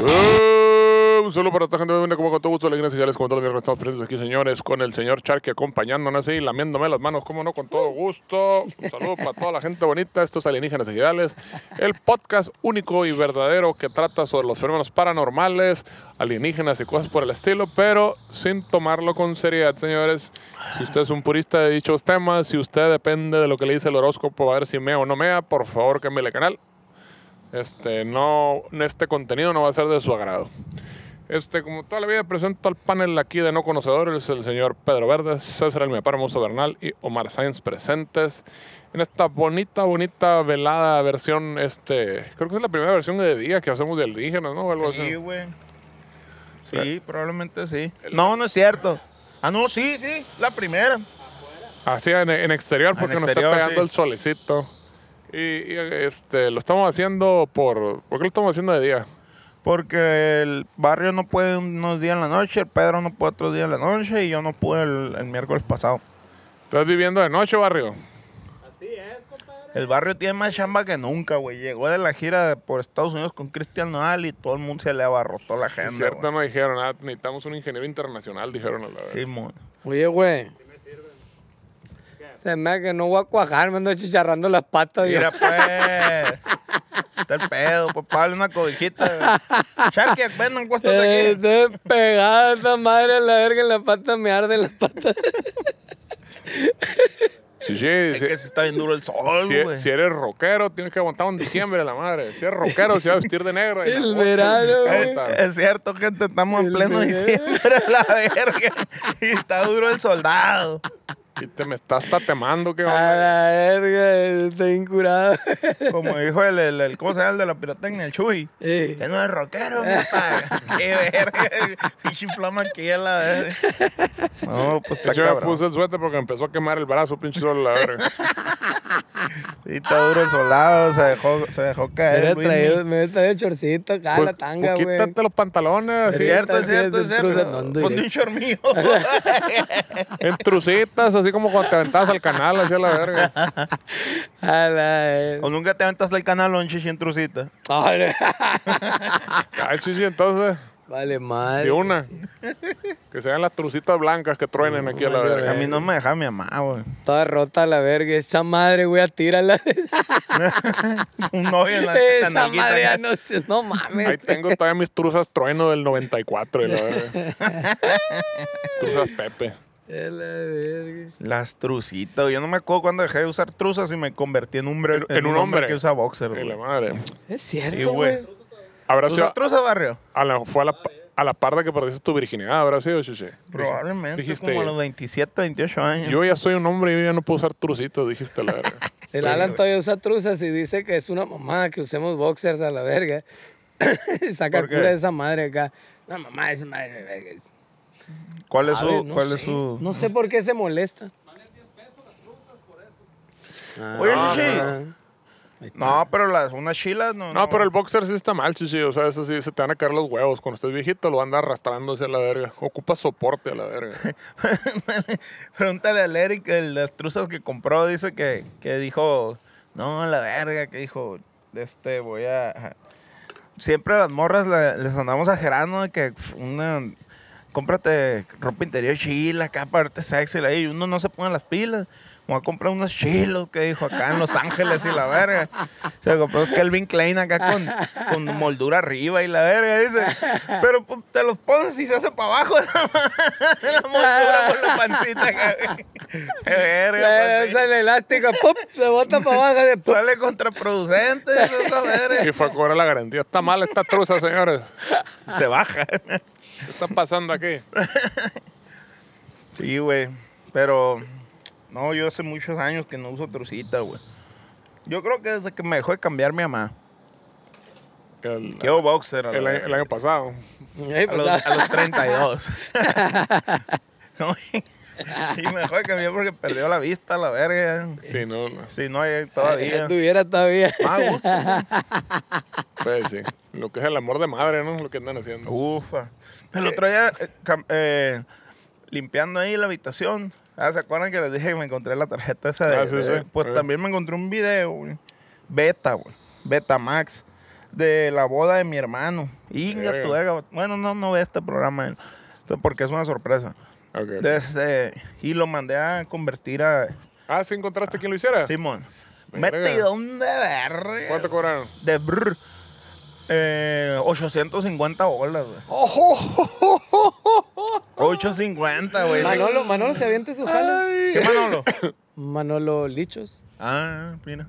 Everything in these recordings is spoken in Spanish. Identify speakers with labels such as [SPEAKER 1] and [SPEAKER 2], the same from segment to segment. [SPEAKER 1] Eh, un saludo para toda gente bienvenida, como con todo gusto, alegría, señales, como todos los miércoles estamos presentes aquí, señores, con el señor Charque acompañándonos y lamiéndome las manos, como no, con todo gusto. Un saludo para toda la gente bonita, estos alienígenas ejidales, el podcast único y verdadero que trata sobre los fenómenos paranormales, alienígenas y cosas por el estilo, pero sin tomarlo con seriedad, señores. Si usted es un purista de dichos temas, si usted depende de lo que le dice el horóscopo, a ver si mea o no mea, por favor, cámbiale canal. Este, no, este contenido no va a ser de su agrado. Este, como toda la vida, presento al panel aquí de no conocedores, el señor Pedro Verdes, César Elmia Parmoso Bernal y Omar Sainz presentes en esta bonita, bonita velada versión, este, creo que es la primera versión de día que hacemos de alienígenas, ¿no? O algo
[SPEAKER 2] Sí,
[SPEAKER 1] así.
[SPEAKER 2] güey. Sí, probablemente sí. No, no es cierto. Ah, no, sí, sí, la primera.
[SPEAKER 1] Así en, en exterior porque nos
[SPEAKER 2] exterior,
[SPEAKER 1] está pegando
[SPEAKER 2] sí.
[SPEAKER 1] el solecito. Y, y, este, lo estamos haciendo por... ¿Por qué lo estamos haciendo de día?
[SPEAKER 2] Porque el barrio no puede unos días en la noche, el Pedro no puede otros días en la noche y yo no pude el, el miércoles pasado.
[SPEAKER 1] ¿Estás viviendo de noche, barrio?
[SPEAKER 2] El barrio tiene más chamba que nunca, güey. Llegó de la gira de- por Estados Unidos con Cristian Nodal y todo el mundo se le abarrotó la
[SPEAKER 1] Es
[SPEAKER 2] agenda.
[SPEAKER 1] cierto,
[SPEAKER 2] güey.
[SPEAKER 1] no dijeron nada. Necesitamos un ingeniero internacional, dijeron a la vez.
[SPEAKER 2] Sí, mon.
[SPEAKER 3] Oye, güey. Se me hace que no voy a cuajar, me ando chicharrando las patas.
[SPEAKER 2] Mira,
[SPEAKER 3] Mira.
[SPEAKER 2] pues. Está el pedo, pues, Pablo, una cobijita. güey. pues, Sharky, ven,
[SPEAKER 3] Eh,
[SPEAKER 2] acuéstate aquí.
[SPEAKER 3] Estoy pegada esa madre a la verga en la pata, me arden las patas.
[SPEAKER 1] Sí, sí,
[SPEAKER 2] Es
[SPEAKER 1] sí.
[SPEAKER 2] que se está bien duro el sol,
[SPEAKER 1] Si,
[SPEAKER 2] güey.
[SPEAKER 1] si eres rockero, tienes que aguantar un diciembre, la madre. Si eres rockero, se va a vestir de negro. y la
[SPEAKER 3] El
[SPEAKER 1] puta,
[SPEAKER 3] verano,
[SPEAKER 1] puta.
[SPEAKER 3] güey.
[SPEAKER 2] Es cierto, gente, estamos en
[SPEAKER 3] El
[SPEAKER 2] pleno
[SPEAKER 3] bebé.
[SPEAKER 2] diciembre, la verga. Y está duro el soldado.
[SPEAKER 1] Y te me estás tatemando, que
[SPEAKER 3] A
[SPEAKER 1] hombre.
[SPEAKER 3] Ah, la verga, estoy incurado.
[SPEAKER 2] Como dijo el, el, el- ¿cómo se llama el de la pirotecnia? El Chuy.
[SPEAKER 3] Eh,
[SPEAKER 2] Que no es rockero, mi pa. Qué verga. Pinche flama que es la verga. No, pues
[SPEAKER 1] De
[SPEAKER 2] está
[SPEAKER 1] hecho, me
[SPEAKER 2] cabrón.
[SPEAKER 1] puse el suéter porque empezó a quemar el brazo, pinche sol, la verga.
[SPEAKER 2] Sí, está duro el soldado, se dejó, se dejó
[SPEAKER 3] me
[SPEAKER 2] caer.
[SPEAKER 3] hubiera
[SPEAKER 2] el Luismi.
[SPEAKER 3] traído, me hubiera traído el chorcito acá,
[SPEAKER 1] Pues-
[SPEAKER 3] Ah, la tanga,
[SPEAKER 1] pues
[SPEAKER 3] güey.
[SPEAKER 1] Quítate los pantalones,
[SPEAKER 2] Es
[SPEAKER 1] así,
[SPEAKER 2] cierto, es
[SPEAKER 3] sí, sí,
[SPEAKER 2] cierto, es
[SPEAKER 3] sí, cruzan
[SPEAKER 2] cierto.
[SPEAKER 3] donde
[SPEAKER 2] Ponte un
[SPEAKER 3] directo.
[SPEAKER 2] chormillo.
[SPEAKER 1] en trucitas, así como cuando te aventabas al canal, así a la verga.
[SPEAKER 3] A la verga.
[SPEAKER 2] o nunca te aventaste el canal un chichi en trucita.
[SPEAKER 3] Ay,
[SPEAKER 1] Ay, chichi, entonces,
[SPEAKER 3] Vale, madre.
[SPEAKER 1] de una. Que sean las trucitas blancas que truenen aquí a la
[SPEAKER 3] Vale,
[SPEAKER 1] verga.
[SPEAKER 2] A mí no me dejaba mi mamá, güey.
[SPEAKER 3] Toda rota la verga. Esa madre, güey, atírala.
[SPEAKER 2] Un novio en la, en la
[SPEAKER 3] Esa
[SPEAKER 2] nalguita.
[SPEAKER 3] madre ya no sé, no mames.
[SPEAKER 1] Ahí tengo todavía mis truzas trueno del 94, y la verga. truzas Pepe.
[SPEAKER 3] A la verga.
[SPEAKER 2] Las trucitas, güey. yo no me acuerdo cuando dejé de usar truzas y me convertí en un, hombre,
[SPEAKER 1] En- en un hombre.
[SPEAKER 2] que usa boxer.
[SPEAKER 1] Y
[SPEAKER 2] güey.
[SPEAKER 1] la madre.
[SPEAKER 3] Es
[SPEAKER 2] Sí,
[SPEAKER 3] cierto,
[SPEAKER 2] güey.
[SPEAKER 3] güey.
[SPEAKER 1] Habrá sido
[SPEAKER 2] ¿Usas truza, barrio?
[SPEAKER 1] a la, fue a la, pa- a la par de que perdiste tu virginidad, habrá sido, chiche.
[SPEAKER 2] Probablemente,
[SPEAKER 1] dijiste-
[SPEAKER 2] como a los 27, 28 años.
[SPEAKER 1] Yo ya soy un hombre y yo ya no puedo usar trucitos, dijiste la verga.
[SPEAKER 3] El Alan todavía usa truzas y dice que es una mamá que usemos boxers a la verga. Saca
[SPEAKER 2] ¿Por qué?
[SPEAKER 3] cura de esa madre acá. No, mamá, esa madre de verga.
[SPEAKER 2] ¿Cuál es
[SPEAKER 3] A
[SPEAKER 2] su...?
[SPEAKER 3] ver, Ah, no
[SPEAKER 2] cuál
[SPEAKER 3] sé.
[SPEAKER 2] es su...
[SPEAKER 3] No sé por qué se molesta.
[SPEAKER 2] Oye, chichi.
[SPEAKER 3] Ah,
[SPEAKER 2] No, pero las unas chilas no...
[SPEAKER 1] No, pero el boxer sí está mal, chichi. O sea, eso sí, se te van a caer los huevos. Cuando estés viejito, lo andas arrastrando hacia la verga. Ocupa soporte a la verga.
[SPEAKER 2] Pregúntale al Eric, el- las truzas que compró, dice que, que dijo, no, la verga, que dijo, este, voy a... Siempre a las morras la- les andamos ajerando de que pf, una... Cómprate ropa interior chila, acá para verte sexy, la- y uno no se pone las pilas. Me Voy a comprar unos chilos que dijo acá en Los Ángeles y la verga. Se compró unos Calvin Klein acá con, con moldura arriba y la verga, dice. Pero pues, te los pones y se hace para abajo esa madre, la moldura con la pancita acá. güey. Qué verga,
[SPEAKER 3] Le
[SPEAKER 2] pues, sí.
[SPEAKER 3] usa Eh, el elástico, ¡pum! se bota para abajo. de- ¡pum!
[SPEAKER 2] Sale contraproducente esa verga.
[SPEAKER 1] Y fue a cobrar la garantía. Está mal esta truza, señores.
[SPEAKER 2] Se baja.
[SPEAKER 1] ¿Qué está pasando aquí?
[SPEAKER 2] Sí, güey. Pero no, yo hace muchos años que no uso trucita, güey. Yo creo que desde que me dejó de cambiar mi mamá.
[SPEAKER 1] el,
[SPEAKER 2] Quiero boxer. a la
[SPEAKER 1] el año,
[SPEAKER 2] verga.
[SPEAKER 1] el año pasado.
[SPEAKER 3] Ey,
[SPEAKER 2] A
[SPEAKER 3] pues,
[SPEAKER 2] los,
[SPEAKER 3] ah,
[SPEAKER 2] a los 32. No, y mejor que mío porque perdió la vista, la verga.
[SPEAKER 1] Sí, no, no.
[SPEAKER 2] Si no hay
[SPEAKER 3] ya
[SPEAKER 2] todavía.
[SPEAKER 3] tuviera todavía.
[SPEAKER 2] Más gusto.
[SPEAKER 1] Pues sí. Lo que es el amor de madre, ¿no? Lo que andan haciendo.
[SPEAKER 2] Ufa. El otro día, eh, cam- eh, limpiando ahí la habitación. Ah, ¿Se acuerdan que les dije que me encontré la tarjeta esa de.?
[SPEAKER 1] Ah, sí,
[SPEAKER 2] de-
[SPEAKER 1] sí.
[SPEAKER 2] Pues
[SPEAKER 1] Eh.
[SPEAKER 2] también me encontré un video, güey. Beta, güey. Beta Max. De la boda de mi hermano. Inga,
[SPEAKER 1] Verga.
[SPEAKER 2] tu verga. Bueno, no, no ve este programa. eh, Porque es una sorpresa.
[SPEAKER 1] Ok, ok.
[SPEAKER 2] Desde, y lo mandé a convertir a
[SPEAKER 1] Ah, ¿sí encontraste quién lo hiciera?
[SPEAKER 2] Simón.
[SPEAKER 1] Verga.
[SPEAKER 2] Metidón de verga.
[SPEAKER 1] ¿Cuánto cobraron?
[SPEAKER 2] De brr. Eh, 850 bolas, güey. 850, güey.
[SPEAKER 3] Manolo, Manolo se avienta su jala.
[SPEAKER 2] ¿Qué Manolo?
[SPEAKER 3] Manolo Lichos.
[SPEAKER 2] Ah, mira.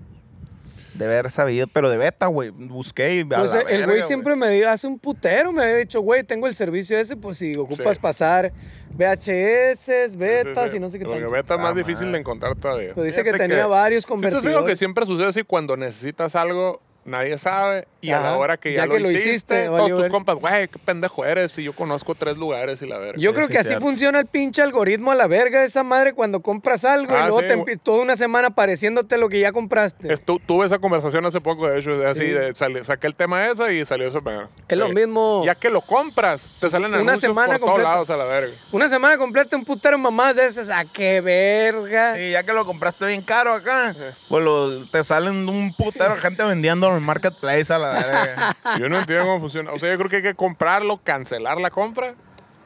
[SPEAKER 2] De haber sabido, pero de beta, güey. Busqué y a
[SPEAKER 3] Pues,
[SPEAKER 2] la
[SPEAKER 3] el
[SPEAKER 2] verga,
[SPEAKER 3] güey siempre me dijo, hace un putero, me había dicho, güey, tengo el servicio ese por si ocupas
[SPEAKER 1] Sí.
[SPEAKER 3] pasar VHS, betas
[SPEAKER 1] Sí, sí.
[SPEAKER 3] y no sé qué
[SPEAKER 1] Porque
[SPEAKER 3] tanto.
[SPEAKER 1] beta es más
[SPEAKER 2] Ah,
[SPEAKER 1] difícil de encontrar todavía.
[SPEAKER 3] Pero dice que
[SPEAKER 2] Fíjate
[SPEAKER 3] tenía
[SPEAKER 2] que-
[SPEAKER 3] varios
[SPEAKER 1] Si te digo que
[SPEAKER 3] convertidores.
[SPEAKER 1] siempre sucede así cuando necesitas algo, nadie sabe. Y a
[SPEAKER 3] Ajá.
[SPEAKER 1] la hora que ya,
[SPEAKER 3] Ya que lo hiciste, valió
[SPEAKER 1] todos tus
[SPEAKER 3] ver.
[SPEAKER 1] compas, güey, qué pendejo eres. Y yo conozco tres lugares y la verga.
[SPEAKER 3] Yo
[SPEAKER 2] Sí,
[SPEAKER 3] creo
[SPEAKER 2] sí,
[SPEAKER 3] que así
[SPEAKER 2] cierto.
[SPEAKER 3] funciona el pinche algoritmo a la verga de esa madre cuando compras algo
[SPEAKER 1] Ah,
[SPEAKER 3] y luego
[SPEAKER 1] sí,
[SPEAKER 3] te
[SPEAKER 1] güey.
[SPEAKER 3] empie- toda una semana apareciéndote lo que ya compraste. Es,
[SPEAKER 1] Estu- tuve esa conversación hace poco, de hecho, así,
[SPEAKER 3] Sí.
[SPEAKER 1] de- sale- saqué el tema ese y salió ese pedo.
[SPEAKER 3] lo
[SPEAKER 1] Sí.
[SPEAKER 3] mismo.
[SPEAKER 1] Ya que lo compras, te salen
[SPEAKER 3] Una
[SPEAKER 1] anuncios
[SPEAKER 3] semana
[SPEAKER 1] por todos
[SPEAKER 3] completa.
[SPEAKER 1] lados a la verga.
[SPEAKER 3] Una semana completa un putero de mamás de esas. ¿A qué verga?
[SPEAKER 2] güey. Y ya que lo compraste bien caro acá, pues lo- te salen un putero de gente vendiendo en el marketplace a la verga.
[SPEAKER 1] Yo no entiendo cómo funciona. O sea, yo creo que hay que comprarlo, cancelar la compra.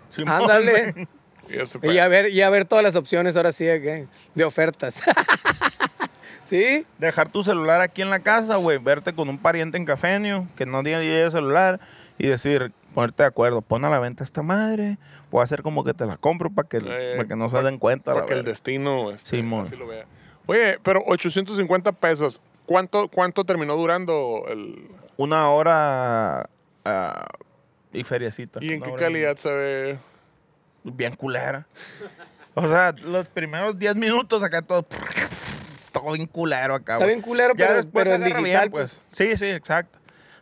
[SPEAKER 2] Simón,
[SPEAKER 3] Ándale.
[SPEAKER 2] güey.
[SPEAKER 1] Y ese pedo.
[SPEAKER 3] Y a ver, y a ver todas las opciones ahora sí de, qué, de ofertas. ¿Sí?
[SPEAKER 2] dejar tu celular aquí en la casa, güey, verte con un pariente en cafenio que no tiene lleve celular y decir, ponerte de acuerdo, pon a la venta esta madre, voy a hacer como que te la compro para que,
[SPEAKER 1] Eh,
[SPEAKER 2] pa' que no se den cuenta. la
[SPEAKER 1] Para que el
[SPEAKER 2] verga.
[SPEAKER 1] destino. este,
[SPEAKER 2] Simón.
[SPEAKER 1] así lo vea. Oye, pero 850 pesos. ¿Cuánto, cuánto terminó durando el.?
[SPEAKER 2] Una hora ah, y feriecita.
[SPEAKER 1] ¿Y en
[SPEAKER 2] una
[SPEAKER 1] qué
[SPEAKER 2] hora
[SPEAKER 1] calidad se ve?
[SPEAKER 2] Bien culera. O sea, los primeros 10 minutos acá todo... Todo bien culero acá.
[SPEAKER 3] Está
[SPEAKER 2] güey.
[SPEAKER 3] bien culero,
[SPEAKER 2] Ya
[SPEAKER 3] pero-
[SPEAKER 2] después
[SPEAKER 3] pero en
[SPEAKER 2] agarra
[SPEAKER 3] digital,
[SPEAKER 2] bien, pues. Sí, sí, exacto.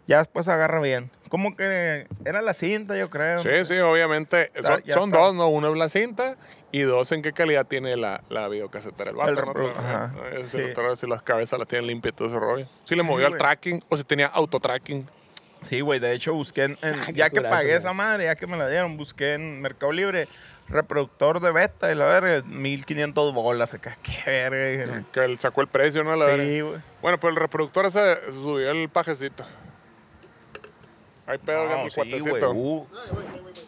[SPEAKER 2] Ya después agarra bien. Como que era la cinta, yo creo.
[SPEAKER 1] Sí, sí, obviamente. Son,
[SPEAKER 2] Ah, pues ya
[SPEAKER 1] son
[SPEAKER 2] está.
[SPEAKER 1] dos, ¿no? Uno es la cinta y dos, ¿en qué calidad tiene la, la videocasetera? El vato,
[SPEAKER 2] El
[SPEAKER 1] ¿no?
[SPEAKER 2] reprodu-
[SPEAKER 1] También,
[SPEAKER 2] ajá,
[SPEAKER 1] ¿no? Ese
[SPEAKER 2] sí.
[SPEAKER 1] doctor, si las cabezas las tiene limpias y todo ese rollo. Si le
[SPEAKER 2] Sí,
[SPEAKER 1] movió al
[SPEAKER 2] güey.
[SPEAKER 1] tracking o si tenía autotracking.
[SPEAKER 2] Sí, güey, de hecho busqué en, en-
[SPEAKER 3] Ah, qué
[SPEAKER 2] ya que
[SPEAKER 3] culazo,
[SPEAKER 2] pagué
[SPEAKER 3] güey.
[SPEAKER 2] esa madre, ya que me la dieron, busqué en Mercado Libre reproductor de beta y la verga, 1500 bolas acá, qué verga. dije,
[SPEAKER 1] Que él sacó el precio, ¿no? La
[SPEAKER 2] sí,
[SPEAKER 1] verga.
[SPEAKER 2] güey.
[SPEAKER 1] Bueno, pero el reproductor ese subió el pajecito. Hay pedo con
[SPEAKER 2] No,
[SPEAKER 1] el
[SPEAKER 2] Ah, sí, güey. uh.
[SPEAKER 1] cuatecito.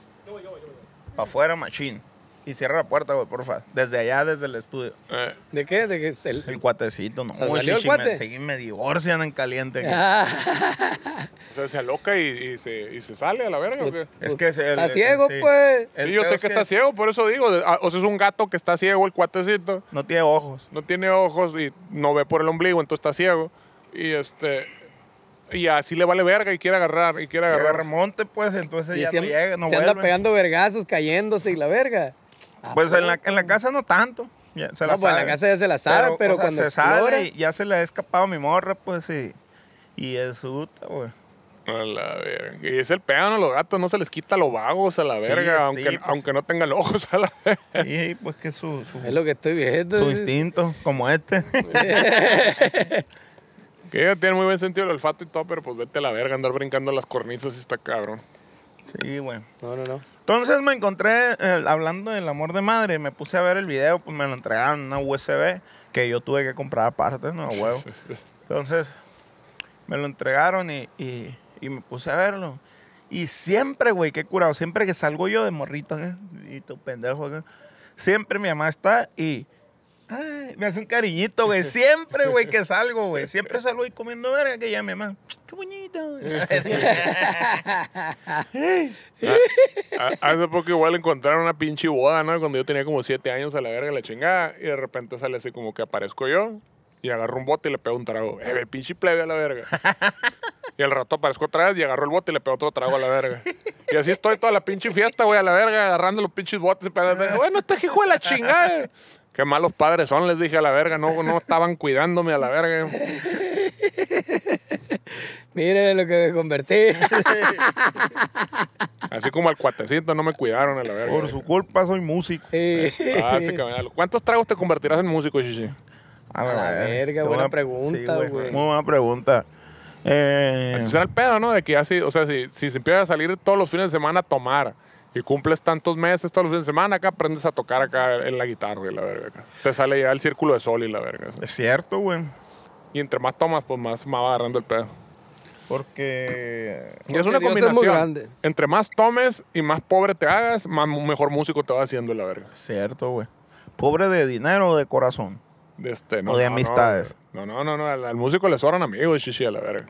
[SPEAKER 2] Para afuera, machín. Y cierra la puerta, güey, porfa. Desde allá, desde el estudio.
[SPEAKER 1] Eh,
[SPEAKER 3] ¿De qué? ¿De qué? es el-
[SPEAKER 2] El cuatecito, no.
[SPEAKER 3] ¿Se
[SPEAKER 2] uy,
[SPEAKER 3] salió el
[SPEAKER 2] sí, me-
[SPEAKER 3] cuate?
[SPEAKER 2] sí, me divorcian en caliente. aquí.
[SPEAKER 1] O sea, se aloca y, y se, y se sale a la verga. ¿o qué?
[SPEAKER 2] Es que... se- el-
[SPEAKER 3] pues, Está ciego,
[SPEAKER 2] sí.
[SPEAKER 3] pues.
[SPEAKER 2] Pues, El
[SPEAKER 1] Sí, yo
[SPEAKER 2] pedo
[SPEAKER 1] sé
[SPEAKER 2] es
[SPEAKER 1] que, está ciego, por eso digo. de- ah, O sea, es un gato que está ciego, el cuatecito.
[SPEAKER 2] No tiene ojos.
[SPEAKER 1] No tiene ojos y no ve por el ombligo, entonces está ciego. Y este. Y así le vale verga y quiere agarrar, y quiere
[SPEAKER 2] Que
[SPEAKER 1] agarrar.
[SPEAKER 2] remonte, pues, entonces
[SPEAKER 3] Y
[SPEAKER 2] ya
[SPEAKER 3] se,
[SPEAKER 2] no llega, no
[SPEAKER 3] se anda
[SPEAKER 2] vuelve.
[SPEAKER 3] pegando vergazos, cayéndose y la verga. Ah,
[SPEAKER 2] Pues en la, en la casa no tanto. ya se
[SPEAKER 3] No,
[SPEAKER 2] la
[SPEAKER 3] pues en la
[SPEAKER 2] sabe.
[SPEAKER 3] casa ya se la sabe, pero
[SPEAKER 2] o sea,
[SPEAKER 3] cuando
[SPEAKER 2] se
[SPEAKER 3] explora-
[SPEAKER 2] sale, y ya se le ha escapado a mi morra, pues sí. Y es puta, güey.
[SPEAKER 1] A la verga. Y es el pedo, ¿no? Los gatos no se les quita los vagos a la
[SPEAKER 2] Sí,
[SPEAKER 1] verga,
[SPEAKER 2] sí,
[SPEAKER 1] aunque,
[SPEAKER 2] pues.
[SPEAKER 1] aunque no tengan ojos a la verga.
[SPEAKER 2] Y pues que su, su,
[SPEAKER 3] Es lo que estoy viendo.
[SPEAKER 2] su instinto, como este.
[SPEAKER 1] Que ella tiene muy buen sentido el olfato y todo, pero pues vete a la verga, andar brincando las cornisas y está cabrón.
[SPEAKER 2] sí, güey.
[SPEAKER 3] No, no, no.
[SPEAKER 2] Entonces me encontré, eh, hablando del amor de madre, me puse a ver el video, pues me lo entregaron en una USB que yo tuve que comprar aparte, no, A huevo. Entonces me lo entregaron y, y- y me puse a verlo. Y siempre, güey, qué curado, siempre que salgo yo de morrito, ¿eh? y tu pendejo, acá, siempre mi mamá está y ay, me hace un cariñito, güey. Siempre, güey, que salgo, güey. Siempre salgo y comiendo verga que ya mi mamá. Qué bonito.
[SPEAKER 1] A- Ah, Hace poco igual encontraron una pinche boda, ¿no? Cuando yo tenía como siete años a la verga, la chingada. Y de repente sale así como que aparezco yo y agarro un bote y le pego un trago. Eh, ve, pinche plebe a la verga. y al rato aparezco otra vez y agarro el bote y le pego otro trago a la verga. Y así estoy toda la pinche fiesta, güey, a la verga, agarrando los pinches botes. y pegando- Bueno, este hijo de la chingada. Qué malos padres son, les dije a la verga. No, no estaban cuidándome a la verga.
[SPEAKER 3] Mire lo que me convertí.
[SPEAKER 1] Así como al cuatecito no me cuidaron a la verga.
[SPEAKER 2] Por su culpa soy músico.
[SPEAKER 3] Sí.
[SPEAKER 1] Básicamente. ¿Cuántos tragos te convertirás en músico, Shishi?
[SPEAKER 2] Eh. A
[SPEAKER 3] la verga,
[SPEAKER 2] Qué
[SPEAKER 3] buena pregunta, güey.
[SPEAKER 2] Muy buena pregunta. Eh,
[SPEAKER 1] Así será el pedo, ¿no? De que así, o sea, si, si se empieza a salir todos los fines de semana a tomar y cumples tantos meses todos los fines de semana, acá aprendes a tocar acá en la guitarra y la verga. acá. Te sale ya el círculo de sol y la verga. así.
[SPEAKER 2] es cierto, güey.
[SPEAKER 1] Y entre más tomas, pues más, más va agarrando el pedo.
[SPEAKER 2] Porque
[SPEAKER 1] Y es una
[SPEAKER 3] Porque Dios es muy
[SPEAKER 1] combinación.
[SPEAKER 3] grande.
[SPEAKER 1] entre más tomes y más pobre te hagas, más mejor músico te va haciendo la verga.
[SPEAKER 2] Cierto, güey. Pobre de dinero o de corazón.
[SPEAKER 1] De este,
[SPEAKER 2] O de amistades.
[SPEAKER 1] No, no, no, no, Al, al músico le sobran amigos, chichi, a la verga.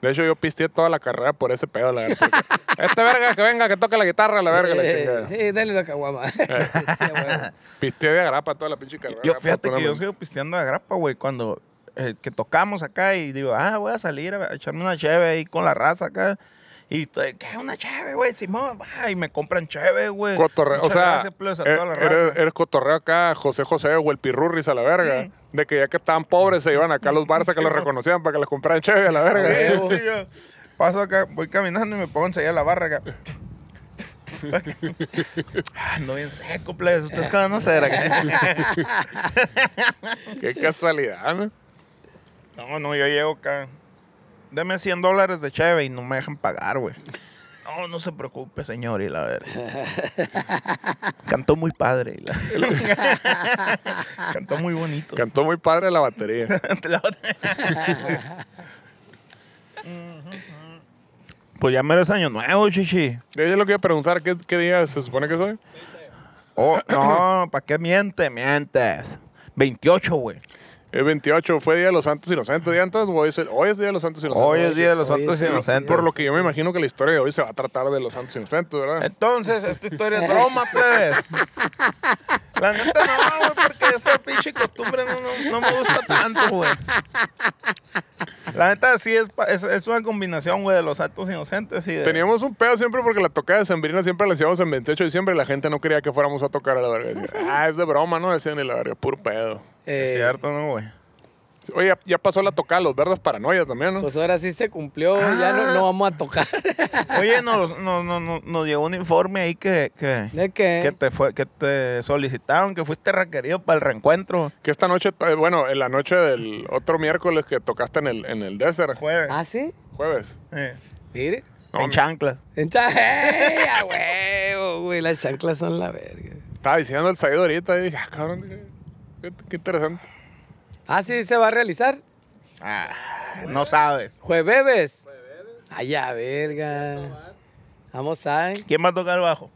[SPEAKER 1] De hecho, yo pisteé toda la carrera por ese pedo, la verga. este verga que venga, que toque la guitarra, la verga, la
[SPEAKER 3] Eh,
[SPEAKER 1] chingada.
[SPEAKER 3] eh, dale la caguama. Sí, güey.
[SPEAKER 1] Pisteé de agrapa toda la pinche carrera.
[SPEAKER 2] eh. Yo fíjate que yo
[SPEAKER 1] afortunadamente.
[SPEAKER 2] sigo pisteando a grapa, güey, cuando eh, que tocamos acá y digo, ah, voy a salir a a echarme una cheve ahí con la raza acá. Y te- ¿qué una cheve, güey? Simón, va, y me compran cheve, güey.
[SPEAKER 1] Cotorreo, o
[SPEAKER 2] Muchas
[SPEAKER 1] sea,
[SPEAKER 2] gracias, plebes, a
[SPEAKER 1] er-
[SPEAKER 2] toda la raza.
[SPEAKER 1] eres, eres cotorreo acá, José José o el Pirurris a la verga. De que ya que estaban pobres se iban acá a los bares a que los reconocían para que les compraran chévere a la verga.
[SPEAKER 2] Sí, sí, yo paso acá, voy caminando y me pongo enseguida la barra acá. Ah, Ando bien seco, plebes. Ustedes qué van a hacer acá.
[SPEAKER 1] Qué casualidad, ¿no?
[SPEAKER 2] No, no, yo llego acá. Deme 100 dólares de cheve y no me dejan pagar, güey. No, no se preocupe, señor. Y la verga. Cantó muy padre. y la- Cantó muy bonito.
[SPEAKER 1] Cantó muy padre la batería.
[SPEAKER 2] La otra- pues ya mero es año nuevo, chichi.
[SPEAKER 1] Yo ya lo que iba a preguntar, ¿qué, qué día se supone que soy?
[SPEAKER 2] Oh, no, ¿para qué mientes? Mientes. 28, güey.
[SPEAKER 1] El 28 fue Día de los Santos Inocentes. ¿Día antes o hoy es, el- hoy es Día de los Santos Inocentes?
[SPEAKER 2] Hoy es Día de los
[SPEAKER 3] Hoy es
[SPEAKER 2] Santos
[SPEAKER 3] el-
[SPEAKER 2] Inocentes.
[SPEAKER 1] Por lo que yo me imagino que la historia de hoy se va a tratar de los Santos Inocentes, ¿verdad?
[SPEAKER 2] Entonces, esta historia es broma, plebes. La neta no, güey, porque esa pinche costumbre no, no- no me gusta tanto, güey. La neta sí es, pa- es, es una combinación, güey, de los actos inocentes y de...
[SPEAKER 1] Teníamos un pedo siempre porque la tocada de Sembrina siempre la hacíamos en 28 de diciembre y la gente no quería que fuéramos a tocar a la verga. Decía, ah, es de broma, ¿no? Decían y la verga, puro pedo.
[SPEAKER 2] Es
[SPEAKER 3] Eh,
[SPEAKER 2] cierto, ¿no, güey?
[SPEAKER 1] Oye, ya, ya pasó la tocada, los verdes paranoia también, ¿no?
[SPEAKER 3] Pues ahora sí se cumplió, ya no, no vamos a tocar.
[SPEAKER 2] Oye, nos, nos, nos- nos- nos llegó un informe ahí que, que,
[SPEAKER 3] ¿De
[SPEAKER 1] Eh.
[SPEAKER 3] qué?
[SPEAKER 2] que te, fue, que te solicitaron, que fuiste requerido para el reencuentro.
[SPEAKER 1] que esta noche, eh, bueno, en la noche del otro miércoles que tocaste en el, en el desert,
[SPEAKER 2] Jueves.
[SPEAKER 3] ¿Ah, sí?
[SPEAKER 1] jueves.
[SPEAKER 2] Eh,
[SPEAKER 3] Mire.
[SPEAKER 1] No,
[SPEAKER 2] en chanclas.
[SPEAKER 3] Entonces, ¡ey, a huevo, güey! Las chanclas son la verga.
[SPEAKER 1] Estaba diciendo el Saído ahorita y dije, ah, cabrón, qué- qué, qué interesante.
[SPEAKER 3] ¿Ah, sí se va a realizar?
[SPEAKER 2] Ah, No sabes.
[SPEAKER 3] ¿Jueves? Allá, verga. Vamos a...
[SPEAKER 2] ¿Quién va a tocar el bajo?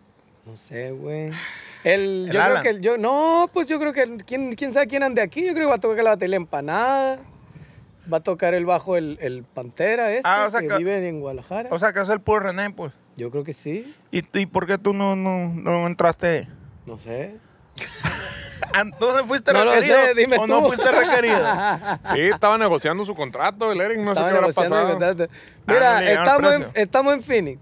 [SPEAKER 3] No sé, güey.
[SPEAKER 2] ¿El
[SPEAKER 3] El, yo creo
[SPEAKER 2] Alan?
[SPEAKER 3] que el- yo, no, pues yo creo que el- quién, quién sabe quién ande aquí. Yo creo que va a tocar la batería empanada. Va a tocar el bajo el, el Pantera este,
[SPEAKER 2] Ah, o sea
[SPEAKER 3] que,
[SPEAKER 2] que-
[SPEAKER 3] vive en Guadalajara.
[SPEAKER 2] O sea, que es el puro René, pues.
[SPEAKER 3] yo creo que sí.
[SPEAKER 2] ¿Y, y por qué tú no, no, no entraste?
[SPEAKER 3] No sé.
[SPEAKER 2] Entonces Ah, fuiste
[SPEAKER 3] No lo
[SPEAKER 2] requerido.
[SPEAKER 3] sé, dime
[SPEAKER 2] o no
[SPEAKER 3] tú.
[SPEAKER 2] fuiste requerido.
[SPEAKER 1] Sí, estaba negociando su contrato, el Eric, no sé
[SPEAKER 3] Estaba
[SPEAKER 1] qué habrá
[SPEAKER 3] negociando y
[SPEAKER 1] pasado. Ah,
[SPEAKER 3] contando.
[SPEAKER 2] no
[SPEAKER 3] Mira,
[SPEAKER 2] le llegaron
[SPEAKER 3] estamos, en,
[SPEAKER 2] precio.
[SPEAKER 3] estamos en Phoenix.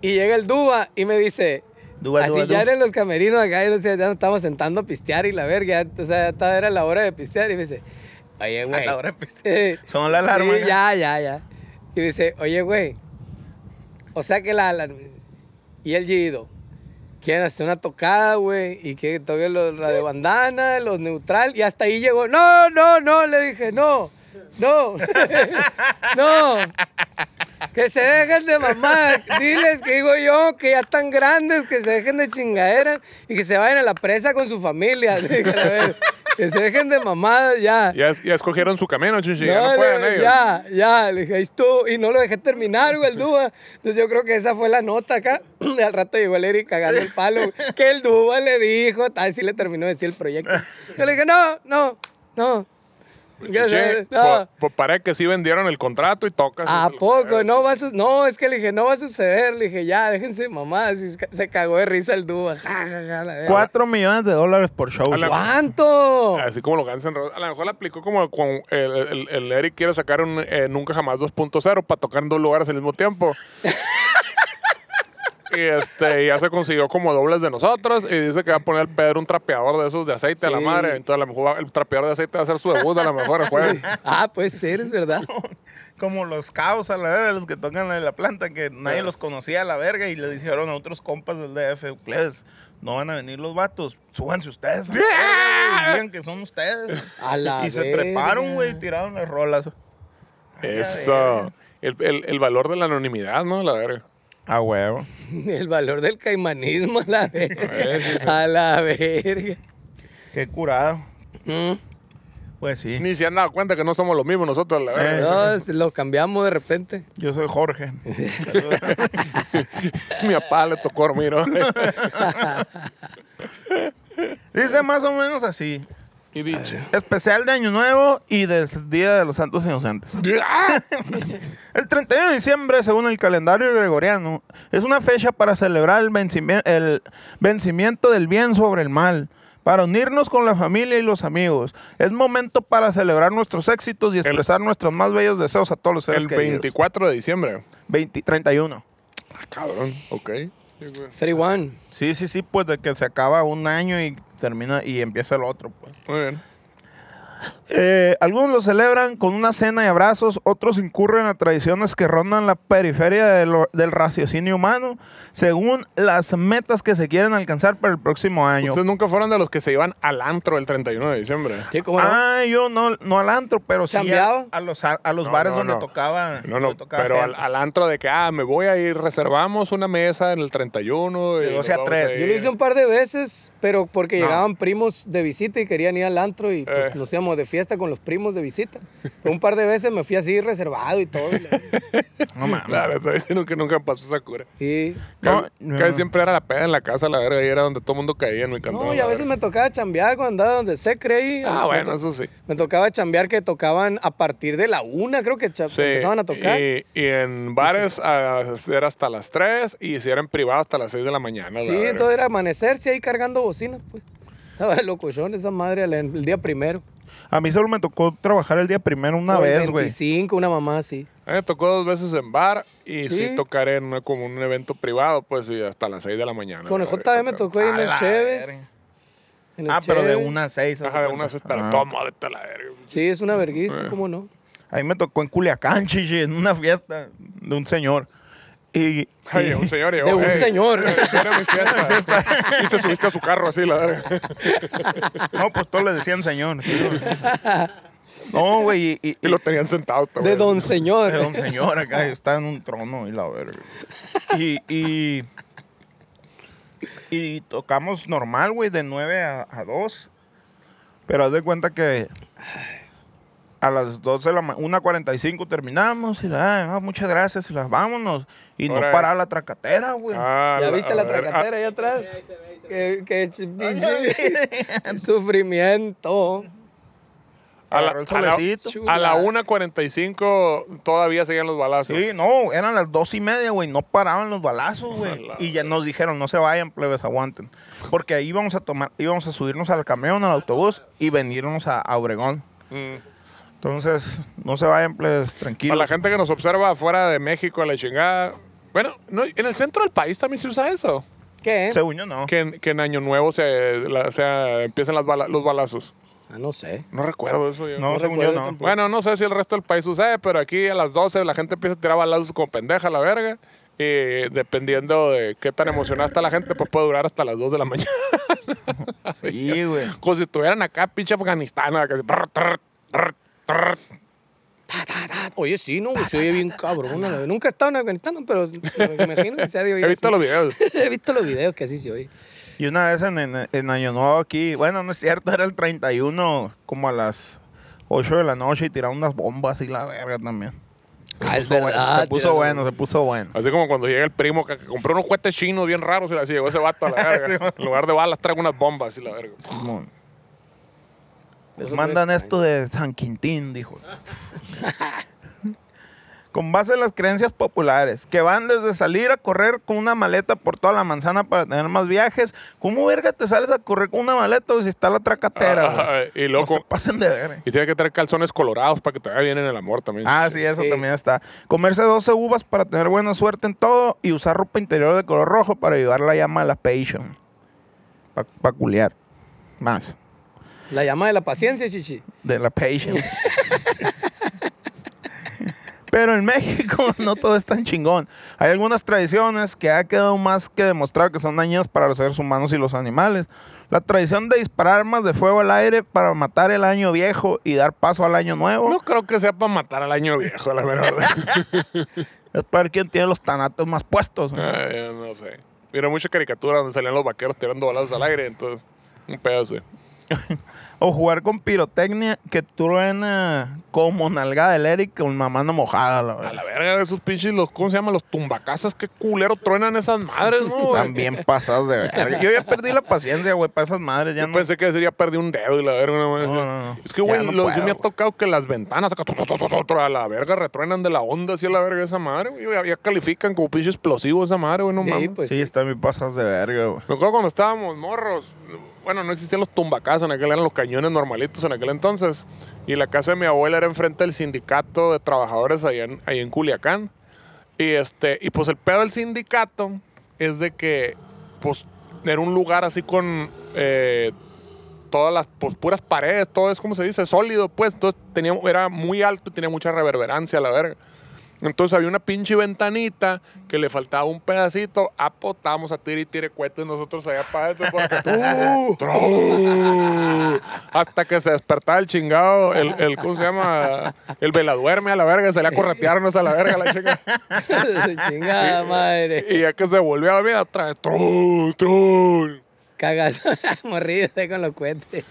[SPEAKER 3] Y llega el Duba y me dice.
[SPEAKER 2] Duba,
[SPEAKER 3] así
[SPEAKER 2] Duba,
[SPEAKER 3] ya
[SPEAKER 2] Duba.
[SPEAKER 3] eran los camerinos acá, y no sé, ya nos estábamos sentando a pistear y la verga. ya, o sea, ya estaba- era la hora de pistear. Y me dice, oye, güey.
[SPEAKER 2] la hora de pistear. Son la alarma,
[SPEAKER 3] Sí,
[SPEAKER 2] ¿no?
[SPEAKER 3] ya, ya, ya. Y me dice, oye, güey. O sea que la alarma. Y el Gido. Quieren hacer una tocada, güey. Y que toquen los radio bandana, los neutral. Y hasta ahí llegó. No, no, no. Le dije, no, no. no. Que se dejen de mamar. Diles que digo yo, que ya están grandes, que se dejen de chingadera y que se vayan a la presa con su familia. Dije, a ver, que se dejen de mamadas ya.
[SPEAKER 1] Ya, es- ya escogieron su camino, chichi, ya no
[SPEAKER 3] le-
[SPEAKER 1] pueden ellos.
[SPEAKER 3] eh, Ya, ya, le dije, ahí estuvo. Y no lo dejé terminar, güey, el Duba. Entonces yo creo que esa fue la nota acá. Y al rato llegó el Eric cagando el palo. güey, Que el Duba le dijo, tal, sí le terminó de decir el proyecto. Yo le dije, no, no, no. Ya
[SPEAKER 1] Chichi,
[SPEAKER 3] sé,
[SPEAKER 1] po-
[SPEAKER 3] no.
[SPEAKER 1] po- parece que sí vendieron el contrato y Eh, tocas. Eso
[SPEAKER 3] ¿A
[SPEAKER 1] es lo que-
[SPEAKER 3] poco? No va a su- No, es que le dije, no va a suceder. Le dije, ya, déjense mamás. Y se- se cagó de risa el Duba. Ja, ja, ja, la verga.
[SPEAKER 2] Cuatro millones de dólares por show.
[SPEAKER 1] A la-
[SPEAKER 2] güey.
[SPEAKER 3] ¿Cuánto?
[SPEAKER 1] Así como lo Guns N' Roses. A lo mejor le aplicó como cuando el, el- el Eric quiere sacar un eh, Nunca Jamás 2.0 para tocar en dos lugares al mismo tiempo. y este, ya se consiguió como dobles de nosotros. Y dice que va a poner el Pedro un trapeador de esos de aceite a la
[SPEAKER 3] Sí.
[SPEAKER 1] madre. Entonces, a lo mejor va- el trapeador de aceite va a ser su debut, a lo mejor el jueves.
[SPEAKER 3] Ah, puede ser, es verdad.
[SPEAKER 2] Como los caos a la verga, los que tocan en la planta, que nadie los conocía a la verga y le dijeron a otros compas del DF, ustedes no van a venir los vatos, súbanse ustedes. a la verga, güey, y digan que son ustedes.
[SPEAKER 3] A la
[SPEAKER 2] y se
[SPEAKER 3] verga.
[SPEAKER 2] treparon, güey, y tiraron las rolas.
[SPEAKER 1] Eso. El, el- el valor de la anonimidad, ¿no? La verga.
[SPEAKER 2] A huevo.
[SPEAKER 3] El valor del caimanismo, a la verga.
[SPEAKER 1] ver, sí, sí.
[SPEAKER 3] A la verga.
[SPEAKER 2] Qué curado.
[SPEAKER 3] Mm.
[SPEAKER 2] Pues sí.
[SPEAKER 1] Ni se han dado cuenta que no somos los mismos nosotros, la
[SPEAKER 2] Eh.
[SPEAKER 1] verga.
[SPEAKER 3] No, lo cambiamos de repente.
[SPEAKER 2] Yo soy Jorge.
[SPEAKER 1] Mi papá le tocó dormir, ¿no?
[SPEAKER 2] Dice más o menos así.
[SPEAKER 1] Y dicho.
[SPEAKER 2] Especial de Año Nuevo y del Día de los Santos Inocentes.
[SPEAKER 1] ¡Ah!
[SPEAKER 2] El 31 de diciembre, según el calendario gregoriano, es una fecha para celebrar el, vencimi- el vencimiento del bien sobre el mal, para unirnos con la familia y los amigos. Es momento para celebrar nuestros éxitos y expresar nuestros más bellos deseos a todos los seres
[SPEAKER 1] El
[SPEAKER 2] queridos.
[SPEAKER 1] 24 de diciembre.
[SPEAKER 2] 20 31.
[SPEAKER 1] Ah, cabrón. Ok.
[SPEAKER 3] 31.
[SPEAKER 2] Sí, sí, sí, pues de que se acaba un año y termina y empieza el otro, pues.
[SPEAKER 1] Muy bien.
[SPEAKER 2] Eh, algunos lo celebran con una cena y abrazos, otros incurren a tradiciones que rondan la periferia del, o- del raciocinio humano, según las metas que se quieren alcanzar para el próximo año.
[SPEAKER 1] Ustedes nunca fueron de los que se iban al antro el 31 de diciembre.
[SPEAKER 3] Sí, cómo no?
[SPEAKER 2] Ah, yo no, no al antro, pero sí a,
[SPEAKER 3] ¿Cambiado?
[SPEAKER 2] a los, a, a los
[SPEAKER 1] No,
[SPEAKER 2] bares
[SPEAKER 1] no,
[SPEAKER 2] donde
[SPEAKER 1] no.
[SPEAKER 2] tocaba.
[SPEAKER 1] No, no,
[SPEAKER 2] donde tocaba
[SPEAKER 1] pero al,
[SPEAKER 2] gente.
[SPEAKER 1] al antro de que, ah, me voy a ir, reservamos una mesa en el 31.
[SPEAKER 2] De
[SPEAKER 1] y
[SPEAKER 2] 12 a
[SPEAKER 1] nos vamos
[SPEAKER 2] 3.
[SPEAKER 1] ir.
[SPEAKER 3] Yo lo hice un par de veces, pero porque
[SPEAKER 2] No.
[SPEAKER 3] llegaban primos de visita y querían ir al antro y pues,
[SPEAKER 1] Eh.
[SPEAKER 3] nos íbamos de fiesta con los primos de visita. Pero un par de veces me fui así reservado y todo. y la-
[SPEAKER 2] Ah, No mames.
[SPEAKER 1] La verdad es que nunca, nunca pasó esa cura.
[SPEAKER 3] Y,
[SPEAKER 1] Casi,
[SPEAKER 2] No, no.
[SPEAKER 1] casi siempre era la peda en la casa, la verga, y era donde todo el mundo caía, me encantaba.
[SPEAKER 3] no, y
[SPEAKER 1] la
[SPEAKER 3] a veces
[SPEAKER 1] verga.
[SPEAKER 3] me tocaba chambear cuando andaba donde se creía.
[SPEAKER 1] Ah, bueno, eso sí.
[SPEAKER 3] Me tocaba chambear que tocaban a partir de la una, creo que cha-
[SPEAKER 1] Sí,
[SPEAKER 3] empezaban a tocar.
[SPEAKER 1] Y, y en bares ah, era hasta las 3 y si era en privado hasta las 6 de la mañana.
[SPEAKER 3] sí,
[SPEAKER 1] la verga.
[SPEAKER 3] entonces era amanecerse ahí cargando bocinas, pues. Estaba locochón esa madre el, el día primero.
[SPEAKER 2] A mí solo me tocó trabajar el día primero una
[SPEAKER 3] O el
[SPEAKER 2] vez, güey.
[SPEAKER 3] 25, una mamá así.
[SPEAKER 1] A mí me tocó dos veces en bar y sí,
[SPEAKER 3] Sí.
[SPEAKER 1] tocar en una- como un evento privado, pues y hasta las 6 de la mañana.
[SPEAKER 3] Con
[SPEAKER 1] la
[SPEAKER 3] el
[SPEAKER 1] verga,
[SPEAKER 3] JM me
[SPEAKER 1] tocando.
[SPEAKER 3] tocó ahí
[SPEAKER 2] A
[SPEAKER 3] en el
[SPEAKER 2] la verga.
[SPEAKER 3] Cheves. en el
[SPEAKER 2] Ah, pero de
[SPEAKER 3] Cheves.
[SPEAKER 2] una a seis. haz
[SPEAKER 1] Ajá,
[SPEAKER 2] de
[SPEAKER 1] de una
[SPEAKER 2] cuenta.
[SPEAKER 1] vez, pero
[SPEAKER 2] Ah.
[SPEAKER 1] toma, vete a la verga.
[SPEAKER 3] Sí, es una vergüenza, ¿cómo no?
[SPEAKER 2] A mí me tocó en Culiacán, chichi, en una fiesta de un señor. Y,
[SPEAKER 1] Ay,
[SPEAKER 2] y-
[SPEAKER 1] un señor llegó.
[SPEAKER 3] De un
[SPEAKER 1] "Ey,
[SPEAKER 3] señor.
[SPEAKER 1] era mi fiesta". Y te subiste a su carro así, la verga.
[SPEAKER 2] No, pues todos le decían señor. No, güey, y, y-
[SPEAKER 1] Y lo tenían sentado. esta
[SPEAKER 3] De
[SPEAKER 1] vez.
[SPEAKER 3] don señor.
[SPEAKER 2] era un señor acá, está en un trono y la verga. Y, y, y tocamos normal, güey, de 9 a, a 2. Pero haz de cuenta que a las 12 de la mañana, 1.45 terminamos y la, "Ah, muchas gracias y las vámonos. Y no
[SPEAKER 1] Ahora-
[SPEAKER 2] para la tracatera, güey.
[SPEAKER 1] Ah,
[SPEAKER 3] ¿Ya viste
[SPEAKER 1] a
[SPEAKER 3] la
[SPEAKER 1] ver,
[SPEAKER 3] tracatera ahí atrás? Qué, qué ch- pinche sufrimiento.
[SPEAKER 1] A, a la,
[SPEAKER 2] Agarró el
[SPEAKER 1] a la-
[SPEAKER 2] solecito.
[SPEAKER 1] a la 1.45 todavía seguían los balazos.
[SPEAKER 2] Sí, no, eran las dos y media, güey. No paraban los balazos, güey.
[SPEAKER 1] Ojalá,
[SPEAKER 2] Y ya nos dijeron, no se vayan, plebes, aguanten. Porque ahí íbamos a tomar, íbamos a subirnos al camión, al autobús y venirnos a, a Obregón.
[SPEAKER 1] Mm.
[SPEAKER 2] Entonces, no se vayan, plebes, tranquilos.
[SPEAKER 1] Para la gente que nos observa afuera de México, a la chingada. Bueno, no, en el centro del país también se usa eso.
[SPEAKER 3] ¿Qué?
[SPEAKER 2] Según yo, no.
[SPEAKER 1] Que en, que en Año Nuevo se, la- se empiezan las bala- los balazos.
[SPEAKER 3] Ah, no sé.
[SPEAKER 1] No recuerdo eso yo.
[SPEAKER 2] No,
[SPEAKER 3] No
[SPEAKER 2] según yo,
[SPEAKER 3] recuerdo
[SPEAKER 2] no.
[SPEAKER 3] tampoco.
[SPEAKER 1] Bueno, no sé si el resto del país sucede, pero aquí a las 12 la gente empieza a tirar balazos como pendeja, la verga. Y dependiendo de qué tan emocionada está la gente, pues puede durar hasta las 2 de la mañana. Ah,
[SPEAKER 2] Sí, güey.
[SPEAKER 1] como si estuvieran acá, pinche Afganistán. acá, así, brr, trr, trr, trr.
[SPEAKER 3] Oye, sí, no, güey, se oye bien cabrón. la verdad. Nunca he estado en Afganistán, pero me imagino que se ha de oír
[SPEAKER 1] He visto
[SPEAKER 3] así.
[SPEAKER 1] los videos.
[SPEAKER 3] He visto los videos que así se oye.
[SPEAKER 2] Y una vez en, en- en Año Nuevo aquí, bueno, no es cierto, era el 31, como a las 8 de la noche y tiraron unas bombas y la verga también.
[SPEAKER 3] Ah, es
[SPEAKER 2] Se puso bueno,
[SPEAKER 3] verdad,
[SPEAKER 2] se puso
[SPEAKER 3] tiraron-
[SPEAKER 2] bueno, se puso bueno.
[SPEAKER 1] Así como cuando llega el primo que, que compró unos juguetes chinos bien raros y así llegó ese vato a la verga. en lugar de balas trae unas bombas y la verga.
[SPEAKER 2] Simón. Les
[SPEAKER 3] Cosas muy
[SPEAKER 2] mandan
[SPEAKER 3] extrañas.
[SPEAKER 2] esto de San Quintín, dijo. con base en las creencias populares, que van desde salir a correr con una maleta por toda la manzana para tener más viajes. ¿Cómo verga te sales a correr con una maleta güey, si está la tracatera?
[SPEAKER 1] Ah,
[SPEAKER 2] güey?
[SPEAKER 1] y loco.
[SPEAKER 2] No se pasen de verga.
[SPEAKER 1] Y tiene que traer calzones colorados para que te vaya bien en el amor también.
[SPEAKER 2] Ah, sí, eso
[SPEAKER 3] Sí.
[SPEAKER 2] también está. Comerse 12 uvas para tener buena suerte en todo y usar ropa interior de color rojo para ayudar la llama de la pasión. Para culiar. Más.
[SPEAKER 3] La llama de la paciencia, chichi.
[SPEAKER 2] De la patience. Pero en México no todo es tan chingón. Hay algunas tradiciones que ha quedado más que demostrado que son dañinas para los seres humanos y los animales. La tradición de disparar armas de fuego al aire para matar el año viejo y dar paso al año nuevo.
[SPEAKER 1] No creo que sea para matar al año viejo, la verdad.
[SPEAKER 2] Es para ver quién tiene los tanatos más puestos. güey.
[SPEAKER 1] Ay, no sé. Mira, mucha caricatura donde salían los vaqueros tirando balas al aire, entonces, un pedazo.
[SPEAKER 2] O jugar con pirotecnia que truena como nalgada del Eric con mamá no mojada. la
[SPEAKER 1] A
[SPEAKER 2] verdad.
[SPEAKER 1] la verga, esos pinches, los, ¿cómo se llaman? Los tumbacasas, qué culero truenan esas madres, ¿no? güey?
[SPEAKER 2] Están bien pasadas de verga. Yo ya perdí la paciencia, güey, para esas madres. Ya
[SPEAKER 1] Yo
[SPEAKER 2] no.
[SPEAKER 1] pensé que sería perder un dedo y la verga. una madre
[SPEAKER 2] No,
[SPEAKER 1] así.
[SPEAKER 2] no, no.
[SPEAKER 1] Es que,
[SPEAKER 2] Ya
[SPEAKER 1] güey,
[SPEAKER 2] no
[SPEAKER 1] lo- sí
[SPEAKER 2] puedo,
[SPEAKER 1] me ha
[SPEAKER 2] güey.
[SPEAKER 1] tocado que las ventanas acá, tu, tu, tu, tu, tu, tu, a la verga retruenan de la onda así a la verga esa madre, güey. Ya, ya califican como pinche explosivo esa madre, güey, no
[SPEAKER 3] Sí,
[SPEAKER 1] mames.
[SPEAKER 3] pues.
[SPEAKER 2] sí, están bien pasadas de verga, güey.
[SPEAKER 1] Me acuerdo cuando estábamos morros. Bueno, no existían los tumbacas en aquel, eran los cañones normalitos en aquel entonces. Y la casa de mi abuela era enfrente del sindicato de trabajadores ahí en, ahí en Culiacán. Y este, y pues el pedo del sindicato es de que, pues, era un lugar así con eh, todas las pues, puras paredes, todo es como se dice, sólido, pues. Entonces tenía, era muy alto y tenía mucha reverberancia, la verga. Entonces había una pinche ventanita que le faltaba un pedacito. Apotamos a tire y tire cohetes nosotros allá para adentro. porque ¡tru, tru! Hasta que se despertaba el chingado, el, el ¿cómo se llama? El veladuerme a la verga, salía a corretearnos a la verga la chica.
[SPEAKER 3] Su chingada madre.
[SPEAKER 1] Y ya que se volvió a dormir, otra vez, tru, tru.
[SPEAKER 3] Cagas morrida con los cohetes.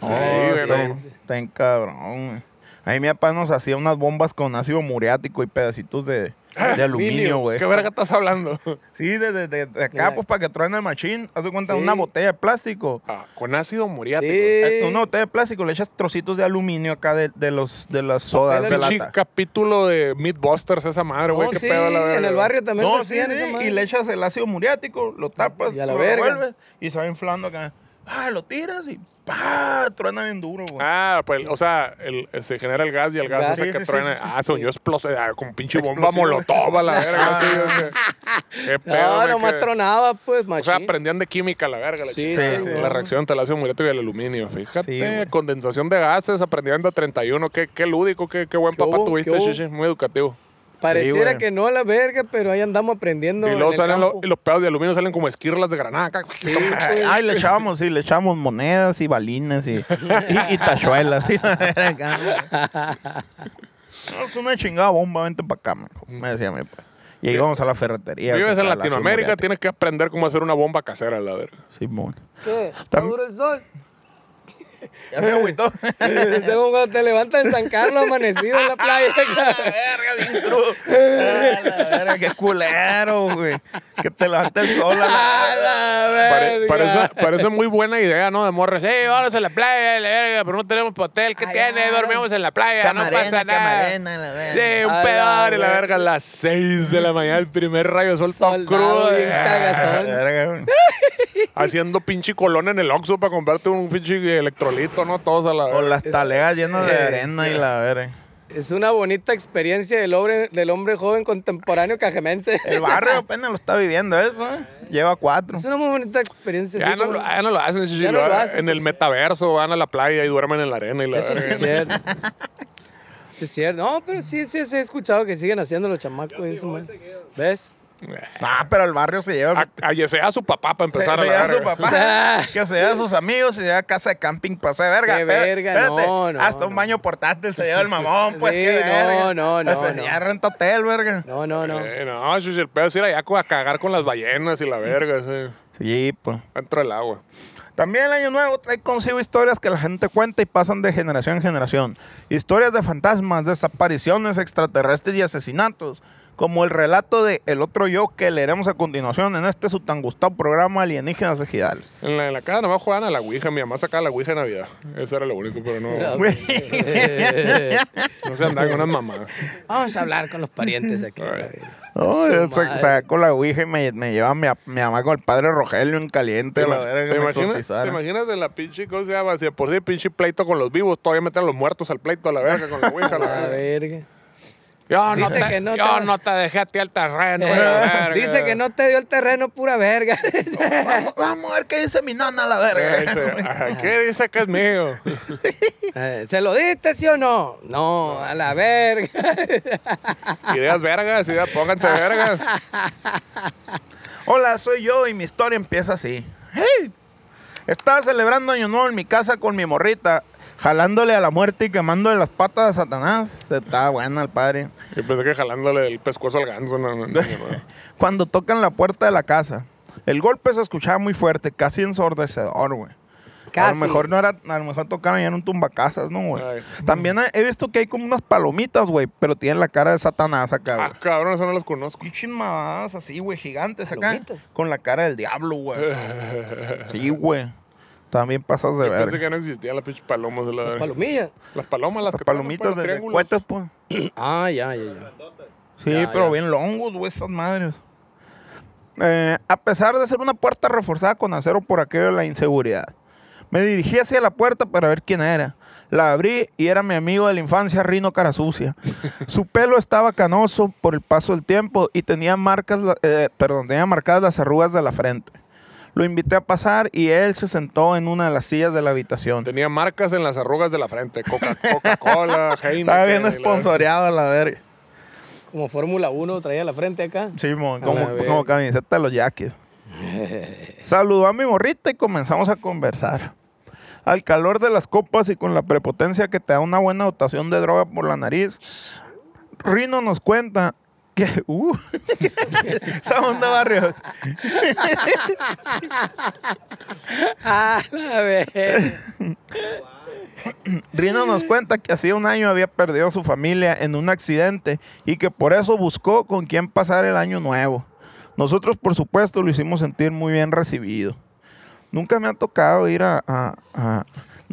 [SPEAKER 2] Sí,
[SPEAKER 1] güey,
[SPEAKER 2] Ah, está,
[SPEAKER 1] no.
[SPEAKER 2] está en cabrón, güey. Ahí mi papá nos hacía unas bombas con ácido muriático y pedacitos de,
[SPEAKER 3] Ah,
[SPEAKER 2] de aluminio, güey.
[SPEAKER 1] ¿Qué verga estás hablando?
[SPEAKER 2] Sí, de, de- de- de acá,
[SPEAKER 3] Mira.
[SPEAKER 2] pues, para que truene el machín. Haz de cuenta,
[SPEAKER 3] Sí.
[SPEAKER 2] una botella de plástico.
[SPEAKER 1] Ah, con ácido muriático.
[SPEAKER 3] Sí.
[SPEAKER 2] Eh, Una botella de plástico, le echas trocitos de aluminio acá de, de los, de las sodas, de
[SPEAKER 1] Pinche
[SPEAKER 2] lata.
[SPEAKER 1] capítulo de Meatbusters esa madre, güey.
[SPEAKER 3] No,
[SPEAKER 1] qué
[SPEAKER 3] Oh, sí,
[SPEAKER 1] pedo la verga.
[SPEAKER 3] en el barrio también
[SPEAKER 2] No, sí,
[SPEAKER 3] hacían
[SPEAKER 2] sí,
[SPEAKER 3] esa
[SPEAKER 2] y
[SPEAKER 3] madre.
[SPEAKER 2] le echas el ácido muriático, lo tapas,
[SPEAKER 3] Y a la
[SPEAKER 2] lo
[SPEAKER 3] verga.
[SPEAKER 2] revuelves y se va inflando acá. Ah, lo tiras y ¡pa! Truena bien duro, güey.
[SPEAKER 1] Ah, pues, o sea, el- se genera el gas y el gas,
[SPEAKER 3] Gas.
[SPEAKER 1] hace
[SPEAKER 2] Sí,
[SPEAKER 1] que
[SPEAKER 2] sí, sí,
[SPEAKER 1] truene.
[SPEAKER 2] sí, sí.
[SPEAKER 1] ah, se oyó explosión, ah, como pinche bomba
[SPEAKER 2] Explosivo.
[SPEAKER 1] molotov a la verga. así, o sea, qué pedo,
[SPEAKER 3] No,
[SPEAKER 1] güey,
[SPEAKER 3] no me
[SPEAKER 1] que-
[SPEAKER 3] tronaba, pues,
[SPEAKER 1] O sea,
[SPEAKER 3] machín.
[SPEAKER 1] aprendían de química la verga. La,
[SPEAKER 3] Sí,
[SPEAKER 1] chingada.
[SPEAKER 2] sí,
[SPEAKER 1] la,
[SPEAKER 2] güey.
[SPEAKER 1] reacción entre el ácido muriático y el aluminio.
[SPEAKER 2] Sí,
[SPEAKER 1] Fíjate,
[SPEAKER 2] güey.
[SPEAKER 1] condensación de gases, aprendían de 31. Qué, qué lúdico, qué, qué buen
[SPEAKER 3] ¿Qué
[SPEAKER 1] papá
[SPEAKER 3] hubo?
[SPEAKER 1] tuviste,
[SPEAKER 3] ¿Qué hubo?
[SPEAKER 1] chichi. Muy educativo.
[SPEAKER 3] Pareciera
[SPEAKER 2] güey.
[SPEAKER 3] que no a la verga, pero ahí andamos aprendiendo.
[SPEAKER 1] y
[SPEAKER 3] en
[SPEAKER 1] luego
[SPEAKER 3] el
[SPEAKER 1] salen lo-
[SPEAKER 3] campo.
[SPEAKER 1] y los pedos de aluminio, salen como esquirlas de granada. acá.
[SPEAKER 3] Sí, pues.
[SPEAKER 2] Ay, le echábamos, sí, le echábamos monedas y balines y, y, y tachuelas. sí, la verga. No, es una chingada bomba, vente para acá, mijo, me decía mi papá. Y ahí íbamos a la ferretería.
[SPEAKER 1] Vives
[SPEAKER 2] a
[SPEAKER 1] en
[SPEAKER 2] comprar
[SPEAKER 1] Latinoamérica,
[SPEAKER 2] ácido
[SPEAKER 1] tienes que aprender cómo hacer una bomba casera, la verga.
[SPEAKER 2] muriático. Simón.
[SPEAKER 3] ¿Qué? ¿Está duro el sol?
[SPEAKER 2] Ya se agüitó.
[SPEAKER 3] Según cuando te levantas en San Carlos amanecido en la playa.
[SPEAKER 2] verga, bien crudo. Ah, la verga, qué culero, güey. Que te levanta el sol a la
[SPEAKER 3] ¡A la
[SPEAKER 1] Pare-
[SPEAKER 3] verga!
[SPEAKER 1] parece, parece muy buena idea, ¿no? De morres. Sí, vamos a la playa, la verga, pero no tenemos hotel. ¿Qué
[SPEAKER 3] Ay,
[SPEAKER 1] tiene?
[SPEAKER 3] ay.
[SPEAKER 1] Dormimos en la playa,
[SPEAKER 2] Camarena,
[SPEAKER 1] no pasa nada.
[SPEAKER 2] camarena, la verga.
[SPEAKER 1] Sí, un
[SPEAKER 3] A la
[SPEAKER 1] pedar y la
[SPEAKER 3] verga.
[SPEAKER 1] verga a las 6 de la mañana, el primer rayo de sol tan
[SPEAKER 3] Soldado
[SPEAKER 1] crudo.
[SPEAKER 3] bien
[SPEAKER 1] eh,
[SPEAKER 3] cagazón.
[SPEAKER 2] verga, güey.
[SPEAKER 1] haciendo pinche colón en el Oxxo para comprarte un pinche electrolito, ¿no? Todos a la
[SPEAKER 2] Con
[SPEAKER 1] verga.
[SPEAKER 2] las talegas llenas de
[SPEAKER 3] Eh,
[SPEAKER 2] arena y la verga.
[SPEAKER 3] Es una bonita experiencia del hombre, del hombre joven contemporáneo cajemense.
[SPEAKER 2] El barrio apenas lo está viviendo eso, ¿eh? Lleva cuatro.
[SPEAKER 3] Es una muy bonita experiencia.
[SPEAKER 1] Ya,
[SPEAKER 3] sí,
[SPEAKER 1] no,
[SPEAKER 3] como-
[SPEAKER 1] lo- ya no lo hacen, sí, sí,
[SPEAKER 3] Ya
[SPEAKER 1] lo-
[SPEAKER 3] no lo hacen,
[SPEAKER 1] En el
[SPEAKER 3] pues.
[SPEAKER 1] metaverso van a la playa y duermen en la arena y la
[SPEAKER 3] Eso sí
[SPEAKER 1] verga.
[SPEAKER 3] es cierto. Sí es cierto. No, pero sí, sí, sí he escuchado que siguen haciendo los chamacos. eso, man. ¿Ves?
[SPEAKER 2] Ah, pero al barrio se lleva su,
[SPEAKER 1] A, a yesear a su papá para
[SPEAKER 2] se,
[SPEAKER 1] empezar
[SPEAKER 2] se
[SPEAKER 1] a la
[SPEAKER 2] lleva su
[SPEAKER 1] verga.
[SPEAKER 2] papá, que se lleva a sus amigos, se lleva a casa de camping, pase de verga.
[SPEAKER 3] Qué
[SPEAKER 2] Espera-
[SPEAKER 3] verga,
[SPEAKER 2] espérate,
[SPEAKER 3] no, no,
[SPEAKER 2] Hasta un
[SPEAKER 3] no.
[SPEAKER 2] baño portátil se lleva el mamón, pues
[SPEAKER 3] Sí,
[SPEAKER 2] qué
[SPEAKER 3] no,
[SPEAKER 2] verga.
[SPEAKER 3] no, no,
[SPEAKER 2] Pues,
[SPEAKER 3] no.
[SPEAKER 2] Ya renta hotel, verga.
[SPEAKER 3] No, no, no.
[SPEAKER 1] Eh, no, sí, sí, el pedo es ir allá a cagar con las ballenas y la verga, sí.
[SPEAKER 2] Sí, pues.
[SPEAKER 1] Dentro del agua.
[SPEAKER 2] También el año nuevo trae consigo historias que la gente cuenta y pasan de generación en generación. Historias de fantasmas, desapariciones extraterrestres y asesinatos. como el relato de El Otro Yo que leeremos a continuación en este su tan gustado programa Alienígenas Ejidales.
[SPEAKER 1] En la, en la casa nomás jugaban a la Ouija. Mi mamá sacaba la Ouija de Navidad. Eso era lo único, pero no,
[SPEAKER 3] No,
[SPEAKER 2] Güey.
[SPEAKER 1] no se andaba con unas mamadas.
[SPEAKER 3] Vamos a hablar con los parientes aquí. la verga.
[SPEAKER 2] No,
[SPEAKER 3] Su
[SPEAKER 2] yo sa-
[SPEAKER 3] madre.
[SPEAKER 2] saco la Ouija y me, me lleva mi, ap- mi mamá con el padre Rogelio en caliente.
[SPEAKER 1] ¿Te,
[SPEAKER 2] la
[SPEAKER 1] ima-
[SPEAKER 2] verga, que
[SPEAKER 1] te
[SPEAKER 2] me
[SPEAKER 1] imaginas,
[SPEAKER 2] exorcizaron.
[SPEAKER 1] ¿Te imaginas de la pinche cosa? Si de por sí pinche pleito con los vivos, todavía meten a los muertos al pleito a la verga con la Ouija. a la
[SPEAKER 3] La
[SPEAKER 1] verga.
[SPEAKER 3] verga.
[SPEAKER 1] Yo, no
[SPEAKER 3] Dice
[SPEAKER 1] te,
[SPEAKER 3] que no
[SPEAKER 1] yo
[SPEAKER 3] te-
[SPEAKER 1] no te dejé a ti el terreno.
[SPEAKER 3] Eh,
[SPEAKER 1] la verga.
[SPEAKER 3] dice que no te dio el terreno, pura verga.
[SPEAKER 2] Vamos, vamos a ver qué dice mi nana, la
[SPEAKER 1] Eh,
[SPEAKER 2] verga.
[SPEAKER 1] dice, "Ajá, ¿Qué dice que es mío?
[SPEAKER 3] Eh, ¿Se lo diste, sí o no? No, a la verga.
[SPEAKER 1] Ideas vergas, ideas, pónganse vergas.
[SPEAKER 2] Hola, soy yo y mi historia empieza así. ¡Hey! Estaba celebrando Año Nuevo en mi casa con mi morrita, jalándole a la muerte y quemándole las patas a Satanás. Está buena el padre.
[SPEAKER 1] Y pensé que jalándole el pescuezo al ganso. No, no, no, no.
[SPEAKER 2] Cuando tocan la puerta de la casa, el golpe se escuchaba muy fuerte, casi ensordecedor, güey. A lo
[SPEAKER 3] Casi.
[SPEAKER 2] mejor no era, a lo mejor tocaron ya en un tumbacasas, ¿no, güey?
[SPEAKER 1] Ay.
[SPEAKER 2] También he- he visto que hay como unas palomitas, güey, pero tienen la cara de Satanás acá, güey.
[SPEAKER 1] Ah, cabrón, eso no los conozco.
[SPEAKER 2] Pinches mamadas así, güey, gigantes acá.
[SPEAKER 3] Palomitas.
[SPEAKER 2] Con la cara del diablo, güey. sí, güey. También pasas de
[SPEAKER 1] Pensé
[SPEAKER 2] ver.
[SPEAKER 1] que no existían las pinches palomas. De la verga.
[SPEAKER 3] Palomilla.
[SPEAKER 1] Las palomas, las,
[SPEAKER 2] Las
[SPEAKER 1] que
[SPEAKER 2] palomitas
[SPEAKER 1] de
[SPEAKER 2] de
[SPEAKER 1] triángulos.
[SPEAKER 2] cuetas, pues.
[SPEAKER 3] Ah, ya, ya, ya.
[SPEAKER 2] Sí,
[SPEAKER 3] Ya,
[SPEAKER 2] pero
[SPEAKER 3] ya.
[SPEAKER 2] bien longos, güey, esas madres. Eh, a pesar de ser una puerta reforzada con acero por aquello de la inseguridad, me dirigí hacia la puerta para ver quién era. La abrí y era mi amigo de la infancia, Rino Carasucia. Su pelo estaba canoso por el paso del tiempo y tenía marcas, la- eh, perdón, tenía marcadas las arrugas de la frente. Lo invité a pasar y él se sentó en una de las sillas de la habitación.
[SPEAKER 1] Tenía marcas en las arrugas de la frente. Coca- Coca-Cola, Heineken.
[SPEAKER 2] Estaba bien
[SPEAKER 1] y la-
[SPEAKER 2] esponsoreado a la verga.
[SPEAKER 3] Como Fórmula 1 traía la frente acá.
[SPEAKER 2] Sí, mon,
[SPEAKER 3] A
[SPEAKER 2] como,
[SPEAKER 3] la verga.
[SPEAKER 2] como camiseta de los yaquis. Saludó a mi morrita y comenzamos a conversar. Al calor de las copas y con la prepotencia que te da una buena dotación de droga por la nariz, Rino nos cuenta que. Uh, esa onda barrio.
[SPEAKER 3] Ah, la verga.
[SPEAKER 2] Rino nos cuenta que hacía un año había perdido a su familia en un accidente y que por eso buscó con quién pasar el año nuevo. Nosotros, por supuesto, lo hicimos sentir muy bien recibido. Nunca me ha tocado ir a, a- a-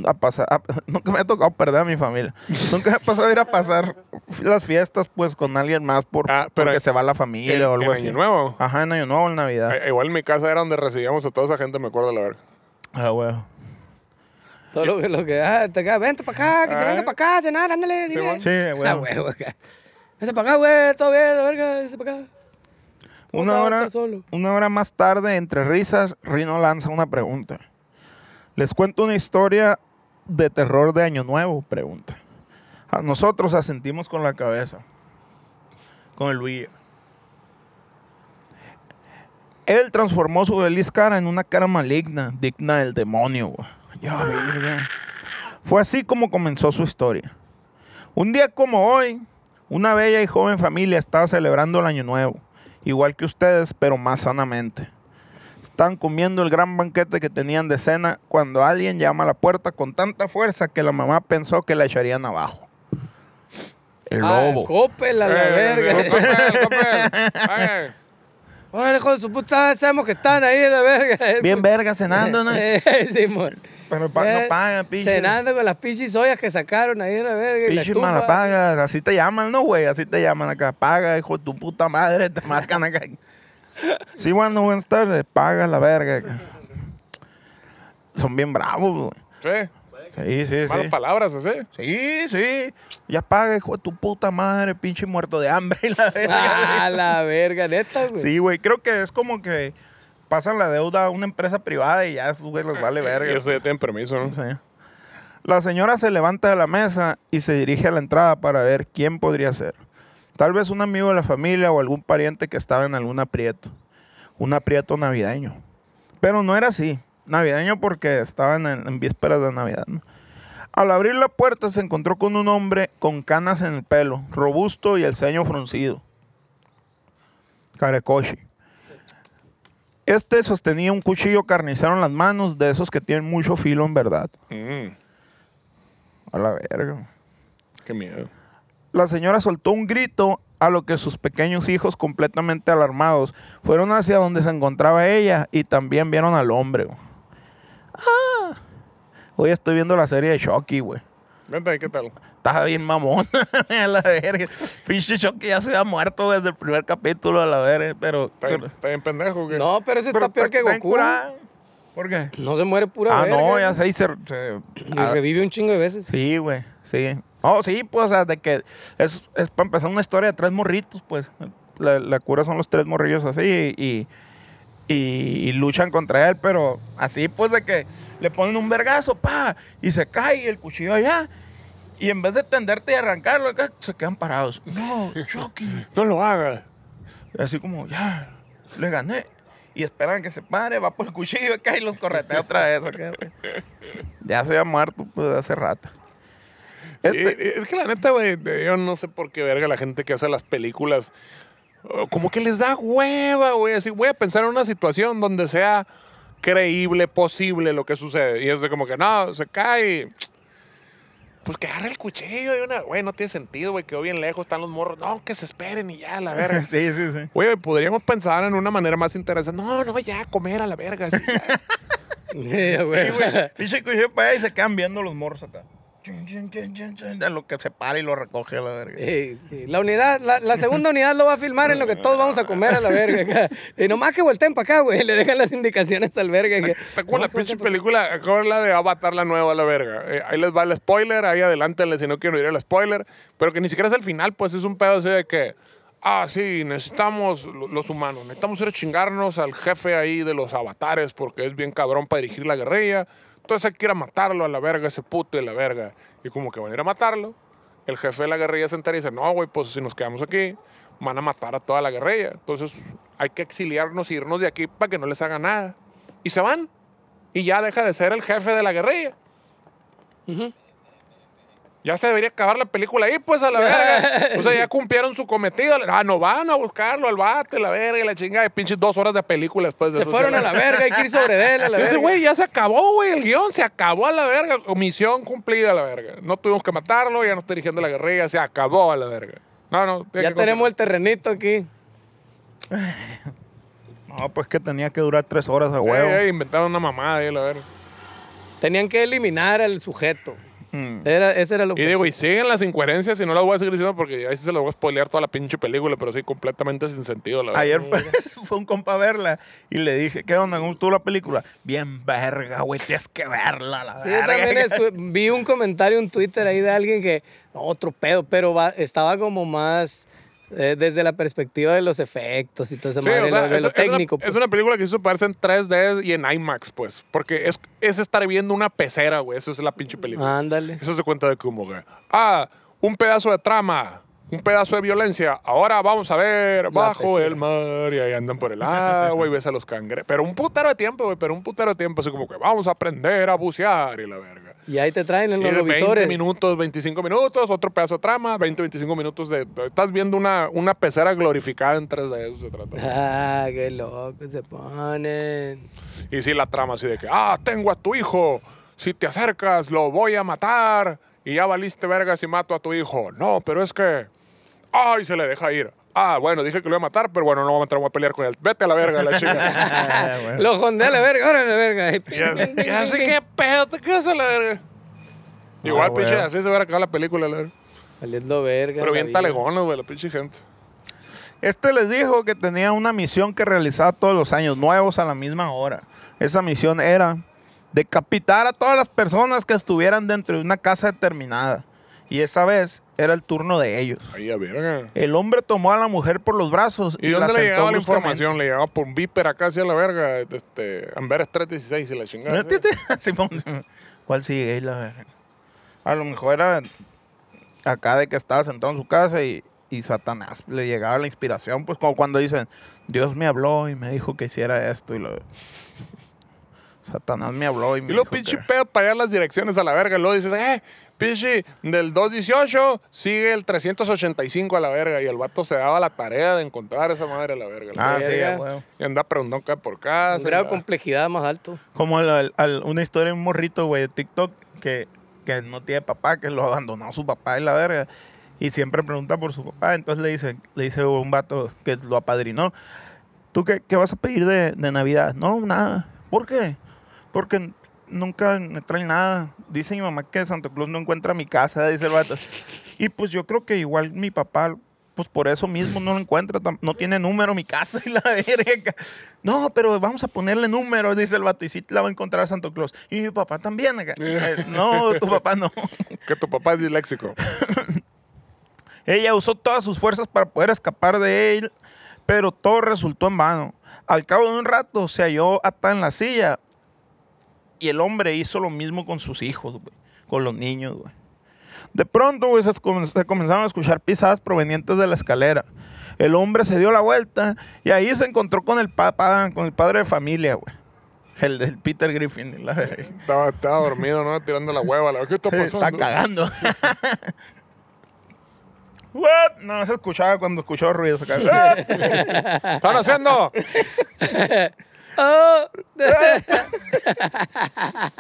[SPEAKER 2] a pasar, a- nunca me ha tocado perder a mi familia. Nunca me ha pasado ir a pasar las fiestas pues con alguien más por,
[SPEAKER 1] Ah, pero
[SPEAKER 2] porque
[SPEAKER 1] en-
[SPEAKER 2] se va la familia
[SPEAKER 1] en-
[SPEAKER 2] o algo
[SPEAKER 1] en
[SPEAKER 2] así.
[SPEAKER 1] Año Nuevo.
[SPEAKER 2] Ajá, en Año Nuevo, en Navidad.
[SPEAKER 1] Eh, Igual en mi casa era donde recibíamos a toda esa gente, me acuerdo la verga.
[SPEAKER 2] Ah, huevo.
[SPEAKER 3] Todo lo que, lo que ah, te queda, vente para acá, que se venga para acá, a cenar, ándale, dile.
[SPEAKER 2] Ah. Sí, huevo.
[SPEAKER 3] Ah, huevo acá. Vente para acá, güey, todo bien, la verga, vente para acá.
[SPEAKER 2] Una
[SPEAKER 3] Una
[SPEAKER 2] hora,
[SPEAKER 3] hora solo.
[SPEAKER 2] una hora más tarde, entre risas, Rino lanza una pregunta. Les cuento una historia de terror de Año Nuevo, pregunta. A nosotros asentimos con la cabeza. Con el Luis. Él transformó su feliz cara en una cara maligna, digna del demonio. güey. Ya, verga. Fue así como comenzó su historia. Un día como hoy, una bella y joven familia estaba celebrando el Año Nuevo, igual que ustedes, pero más sanamente. Están comiendo el gran banquete que tenían de cena cuando alguien llama a la puerta con tanta fuerza que la mamá pensó que la echarían abajo. El
[SPEAKER 3] Ah,
[SPEAKER 2] lobo.
[SPEAKER 3] cópela, la
[SPEAKER 1] Eh, eh,
[SPEAKER 3] verga.
[SPEAKER 1] cópel, cópel. Ay,
[SPEAKER 3] Ahora, hijo de su puta, sabemos que están ahí, la verga.
[SPEAKER 2] Bien verga cenando, ¿no?
[SPEAKER 3] Eh, Simón. Eh,
[SPEAKER 2] Pero pa- no pagan, pinche.
[SPEAKER 3] Cenando con las pinches ollas que sacaron ahí, la verga. y la
[SPEAKER 2] Pinche
[SPEAKER 3] estufa.
[SPEAKER 2] malapagas, así te llaman, no, güey, así te llaman acá. Paga, hijo de tu puta madre, te marcan acá. Sí, bueno, buenas tardes, paga la verga. Son bien bravos,
[SPEAKER 1] Sí,
[SPEAKER 2] güey. Sí, sí,
[SPEAKER 1] malas
[SPEAKER 2] sí.
[SPEAKER 1] palabras, así.
[SPEAKER 2] Sí, sí. Ya paga, hijo de tu puta madre, pinche muerto de hambre y la verga.
[SPEAKER 3] Ah, la verga, neta, güey.
[SPEAKER 2] Sí, güey, creo que es como que pasan la deuda a una empresa privada y ya, esos güey, les vale verga.
[SPEAKER 1] Y eso ya tienen permiso, ¿no?
[SPEAKER 2] Sí. La señora se levanta de la mesa y se dirige a la entrada para ver quién podría ser. Tal vez un amigo de la familia o algún pariente que estaba en algún aprieto. Un aprieto navideño. Pero no era así. Navideño porque estaban en, en vísperas de Navidad. ¿no? Al abrir la puerta se encontró con un hombre con canas en el pelo, robusto y el ceño fruncido. Karekoshi. Este sostenía un cuchillo carnicero en las manos, de esos que tienen mucho filo en verdad.
[SPEAKER 1] Mm,
[SPEAKER 2] A la verga.
[SPEAKER 1] qué miedo.
[SPEAKER 2] La señora soltó un grito a lo que sus pequeños hijos, completamente alarmados, fueron hacia donde se encontraba ella y también vieron al hombre. güey. Ah, hoy estoy viendo la serie de Shocky, güey.
[SPEAKER 1] Vente, ¿qué tal?
[SPEAKER 2] Estaba bien mamón, a la verga. Pinche Shocky ya se había muerto desde el primer capítulo, a la verga. Pero,
[SPEAKER 1] ¿Está bien,
[SPEAKER 2] pero-
[SPEAKER 1] está bien pendejo? o qué?
[SPEAKER 3] No, pero ese
[SPEAKER 2] pero
[SPEAKER 3] está peor que
[SPEAKER 2] bien
[SPEAKER 3] Goku.
[SPEAKER 2] curada. ¿Por qué?
[SPEAKER 3] No se muere pura
[SPEAKER 2] Ah,
[SPEAKER 3] verga.
[SPEAKER 2] no, ya sé, y se, se-
[SPEAKER 3] Y
[SPEAKER 2] ah,
[SPEAKER 3] revive un chingo de veces.
[SPEAKER 2] Sí, güey, sí. Oh, sí, pues, o sea, de que es, es para empezar una historia de tres morritos, pues. La, la cura son los tres morrillos así y, y- y luchan contra él, pero así, pues, de que le ponen un vergazo, pa, y se cae y el cuchillo allá. Y en vez de tenderte y arrancarlo, acá, se quedan parados. No, Chucky.
[SPEAKER 1] No lo hagas.
[SPEAKER 2] Así como, ya, le gané. Y esperan que se pare, va por el cuchillo acá y los corretea otra vez. acá, güey. ya se había muerto, pues, hace rato. Este-
[SPEAKER 1] Eh, eh, Es que la neta, güey, de- yo no sé por qué verga la gente que hace las películas. eh, Como que les da hueva, güey. Así, voy a pensar en una situación donde sea creíble, posible lo que sucede. Y es de como que no, se cae. Pues que agarra el cuchillo de una. Güey, no tiene sentido, güey. Quedó bien lejos, están los morros. No, que se esperen y ya, la verga.
[SPEAKER 2] Sí, sí, sí.
[SPEAKER 1] Güey, podríamos pensar en una manera más interesante. No, no, ya, comer a la verga. así, ya.
[SPEAKER 3] Sí, güey.
[SPEAKER 2] Pinche cuchillo para allá y se quedan viendo los morros acá. Chun, chun, chun, chun, chun, de lo que se para y lo recoge a la verga.
[SPEAKER 3] Eh, eh, La unidad, la, la segunda unidad lo va a filmar en lo que todos vamos a comer a la verga. acá. Y nomás que volteen para acá, güey. Le dejan las indicaciones al verga. que-
[SPEAKER 1] Está como la
[SPEAKER 3] Nomás que
[SPEAKER 1] pinche
[SPEAKER 3] volteen pa' acá.
[SPEAKER 1] película, acabo de ver la de Avatar, la nueva, la verga. Eh, ahí les va el spoiler, ahí adelántenle si no quieren oír el spoiler. Pero que ni siquiera es el final, pues es un pedo así de que, ah, sí, necesitamos lo- los humanos, necesitamos ir a chingarnos al jefe ahí de los avatares porque es bien cabrón para dirigir la guerrilla. Entonces hay que ir a matarlo a la verga, ese puto de la verga. Y como que van a ir a matarlo, el jefe de la guerrilla se entera y dice, no, güey, pues si nos quedamos aquí, van a matar a toda la guerrilla. Entonces hay que exiliarnos, e irnos de aquí para que no les haga nada. Y se van y ya deja de ser el jefe de la guerrilla. Ya se debería acabar la película ahí, pues, a la verga. O sea, ya cumplieron su cometido. Ah, no van a buscarlo al bate, la verga, y la chingada de pinches dos horas de película después de
[SPEAKER 3] Se
[SPEAKER 1] eso.
[SPEAKER 3] fueron a la verga, hay que ir sobre él a la
[SPEAKER 1] Dice,
[SPEAKER 3] verga.
[SPEAKER 1] güey, ya se acabó, güey, el guión se acabó a la verga. Misión cumplida a la verga. No tuvimos que matarlo, ya no está dirigiendo la guerrilla, se acabó a la verga. No, no. tiene
[SPEAKER 3] Ya
[SPEAKER 1] que
[SPEAKER 3] tenemos
[SPEAKER 1] continuar.
[SPEAKER 3] el terrenito aquí.
[SPEAKER 2] No, pues que tenía que durar tres horas a
[SPEAKER 1] Sí,
[SPEAKER 2] huevo.
[SPEAKER 1] eh, inventaron una mamada ahí, la verga.
[SPEAKER 3] Tenían que eliminar al sujeto.
[SPEAKER 2] Mm.
[SPEAKER 3] Era, ese era lo
[SPEAKER 1] Y
[SPEAKER 3] que.
[SPEAKER 1] digo, y siguen las incoherencias y no las voy a seguir diciendo porque ahí sí se las voy a spoilear toda la pinche película, pero sí, completamente sin sentido, la verdad.
[SPEAKER 2] Ayer fue, fue un compa a verla y le dije, ¿qué onda? ¿Cómo estuvo la película? Bien verga, güey, tienes que verla, la
[SPEAKER 3] Sí, yo también
[SPEAKER 2] verga.
[SPEAKER 3] escu- vi un comentario en Twitter ahí de alguien que, "No, otro pedo, pero va- estaba como más eh, desde la perspectiva de los efectos y toda esa
[SPEAKER 1] Sí,
[SPEAKER 3] madre,
[SPEAKER 1] o sea,
[SPEAKER 3] lo, de
[SPEAKER 1] es,
[SPEAKER 3] lo
[SPEAKER 1] es
[SPEAKER 3] técnico.
[SPEAKER 1] una,
[SPEAKER 3] pues.
[SPEAKER 1] es una película que hizo parece en 3D y en IMAX, pues. Porque es, es estar viendo una pecera, güey. Eso es la pinche película.
[SPEAKER 3] pues. Ándale.
[SPEAKER 1] Eso se cuenta de cómo, güey. Ah, un pedazo de trama, un pedazo de violencia. Ahora vamos a ver bajo
[SPEAKER 3] pecera.
[SPEAKER 1] el mar y ahí andan por el agua y ves a los cangrejos. Pero un putero de tiempo, güey, pero un putero de tiempo. Así como que vamos a aprender a bucear y la verga.
[SPEAKER 3] Y ahí te traen en
[SPEAKER 1] Y
[SPEAKER 3] los
[SPEAKER 1] de 20
[SPEAKER 3] revisores.
[SPEAKER 1] minutos, 25 minutos, otro pedazo de trama, 20, 25 minutos de... Estás viendo una, una pecera glorificada en 3D, de eso se trata.
[SPEAKER 3] Ah, qué loco se ponen.
[SPEAKER 1] Y sí, la trama así de que, ah, tengo a tu hijo, si te acercas lo voy a matar y ya valiste verga si mato a tu hijo. No, pero es que, ay, se le deja ir. Ah, bueno, dije que lo iba a matar, pero bueno, no vamos a entrar, voy a pelear con él. Vete a la verga, la chica.
[SPEAKER 2] Ah, güey.
[SPEAKER 3] Lo jondea la verga, órale la verga.
[SPEAKER 1] y así, y así, qué pedo, te quedas a la verga. Igual,
[SPEAKER 2] güey.
[SPEAKER 1] pinche, así se hubiera acabado la película, la verga.
[SPEAKER 3] Valiendo verga.
[SPEAKER 1] Pero
[SPEAKER 3] Ah, la
[SPEAKER 1] bien
[SPEAKER 3] vida.
[SPEAKER 1] talegones, güey, la pinche gente.
[SPEAKER 2] Este les dijo que tenía una misión que realizaba todos los años nuevos a la misma hora. Esa misión era decapitar a todas las personas que estuvieran dentro de una casa determinada. Y esa vez era el turno de ellos.
[SPEAKER 1] Ahí a verga.
[SPEAKER 2] El hombre tomó a la mujer por los brazos
[SPEAKER 1] ¿Y,
[SPEAKER 2] y,
[SPEAKER 1] dónde
[SPEAKER 2] la
[SPEAKER 1] le
[SPEAKER 2] sentó
[SPEAKER 1] llegaba la
[SPEAKER 2] bruscamente.
[SPEAKER 1] información? Le llegaba por un viper acá hacia la verga, este, Amberes 316 y la chingada.
[SPEAKER 2] este,
[SPEAKER 1] ¿sí?
[SPEAKER 2] Simón, Simón. ¿Cuál sigue ahí la verga? A lo mejor era acá de que estaba sentado en su casa y, y Satanás le llegaba la inspiración, pues como cuando dicen, Dios me habló y me dijo que hiciera esto y lo Satanás me habló y me
[SPEAKER 1] Y luego
[SPEAKER 2] dijo
[SPEAKER 1] pinche
[SPEAKER 2] que-
[SPEAKER 1] pedo para allá las direcciones a la verga. Y luego dices, eh, pinche, del 218 sigue el 385 a la verga. Y el vato se daba la tarea de encontrar esa madre a la verga. la
[SPEAKER 2] Ah,
[SPEAKER 1] verga.
[SPEAKER 2] sí,
[SPEAKER 3] verga.
[SPEAKER 2] a huevo.
[SPEAKER 1] Y anda preguntando acá por casa.
[SPEAKER 3] Un grado
[SPEAKER 1] y la-
[SPEAKER 3] de complejidad más alto.
[SPEAKER 2] Como el- el- al- una historia de un morrito, güey, de TikTok que, que no tiene papá, que lo abandonó su papá y la verga. Y siempre pregunta por su papá. Entonces le dice, le dice un vato que lo apadrinó. ¿Tú qué, qué vas a pedir de, de Navidad? No, nada. ¿Por qué? Porque nunca me traen nada. Dice mi mamá que Santa Claus no encuentra mi casa, dice el vato. Y pues yo creo que igual mi papá, pues por eso mismo no lo encuentra. tam- No tiene número mi casa y la verga. No, pero vamos a ponerle número, dice el vato. Y sí la va a encontrar Santa Claus. Y mi papá también. acá. Eh, No, tu papá no.
[SPEAKER 1] Que tu papá es disléxico.
[SPEAKER 2] Ella usó todas sus fuerzas para poder escapar de él, pero todo resultó en vano. Al cabo de un rato se halló atada en la silla y el hombre hizo lo mismo con sus hijos, güey, con los niños. güey. De pronto güey, se escom- se comenzaron a escuchar pisadas provenientes de la escalera. El hombre se dio la vuelta y ahí se encontró con el papá, con el padre de familia, güey. El del Peter Griffin. la verga.
[SPEAKER 1] Estaba, estaba dormido, ¿no? Tirando la hueva. la- ¿Qué está pasando?
[SPEAKER 2] Está cagando. What? No, se escuchaba cuando escuchaba ruido. se cagaba.
[SPEAKER 1] ¿Están haciendo?
[SPEAKER 3] Oh,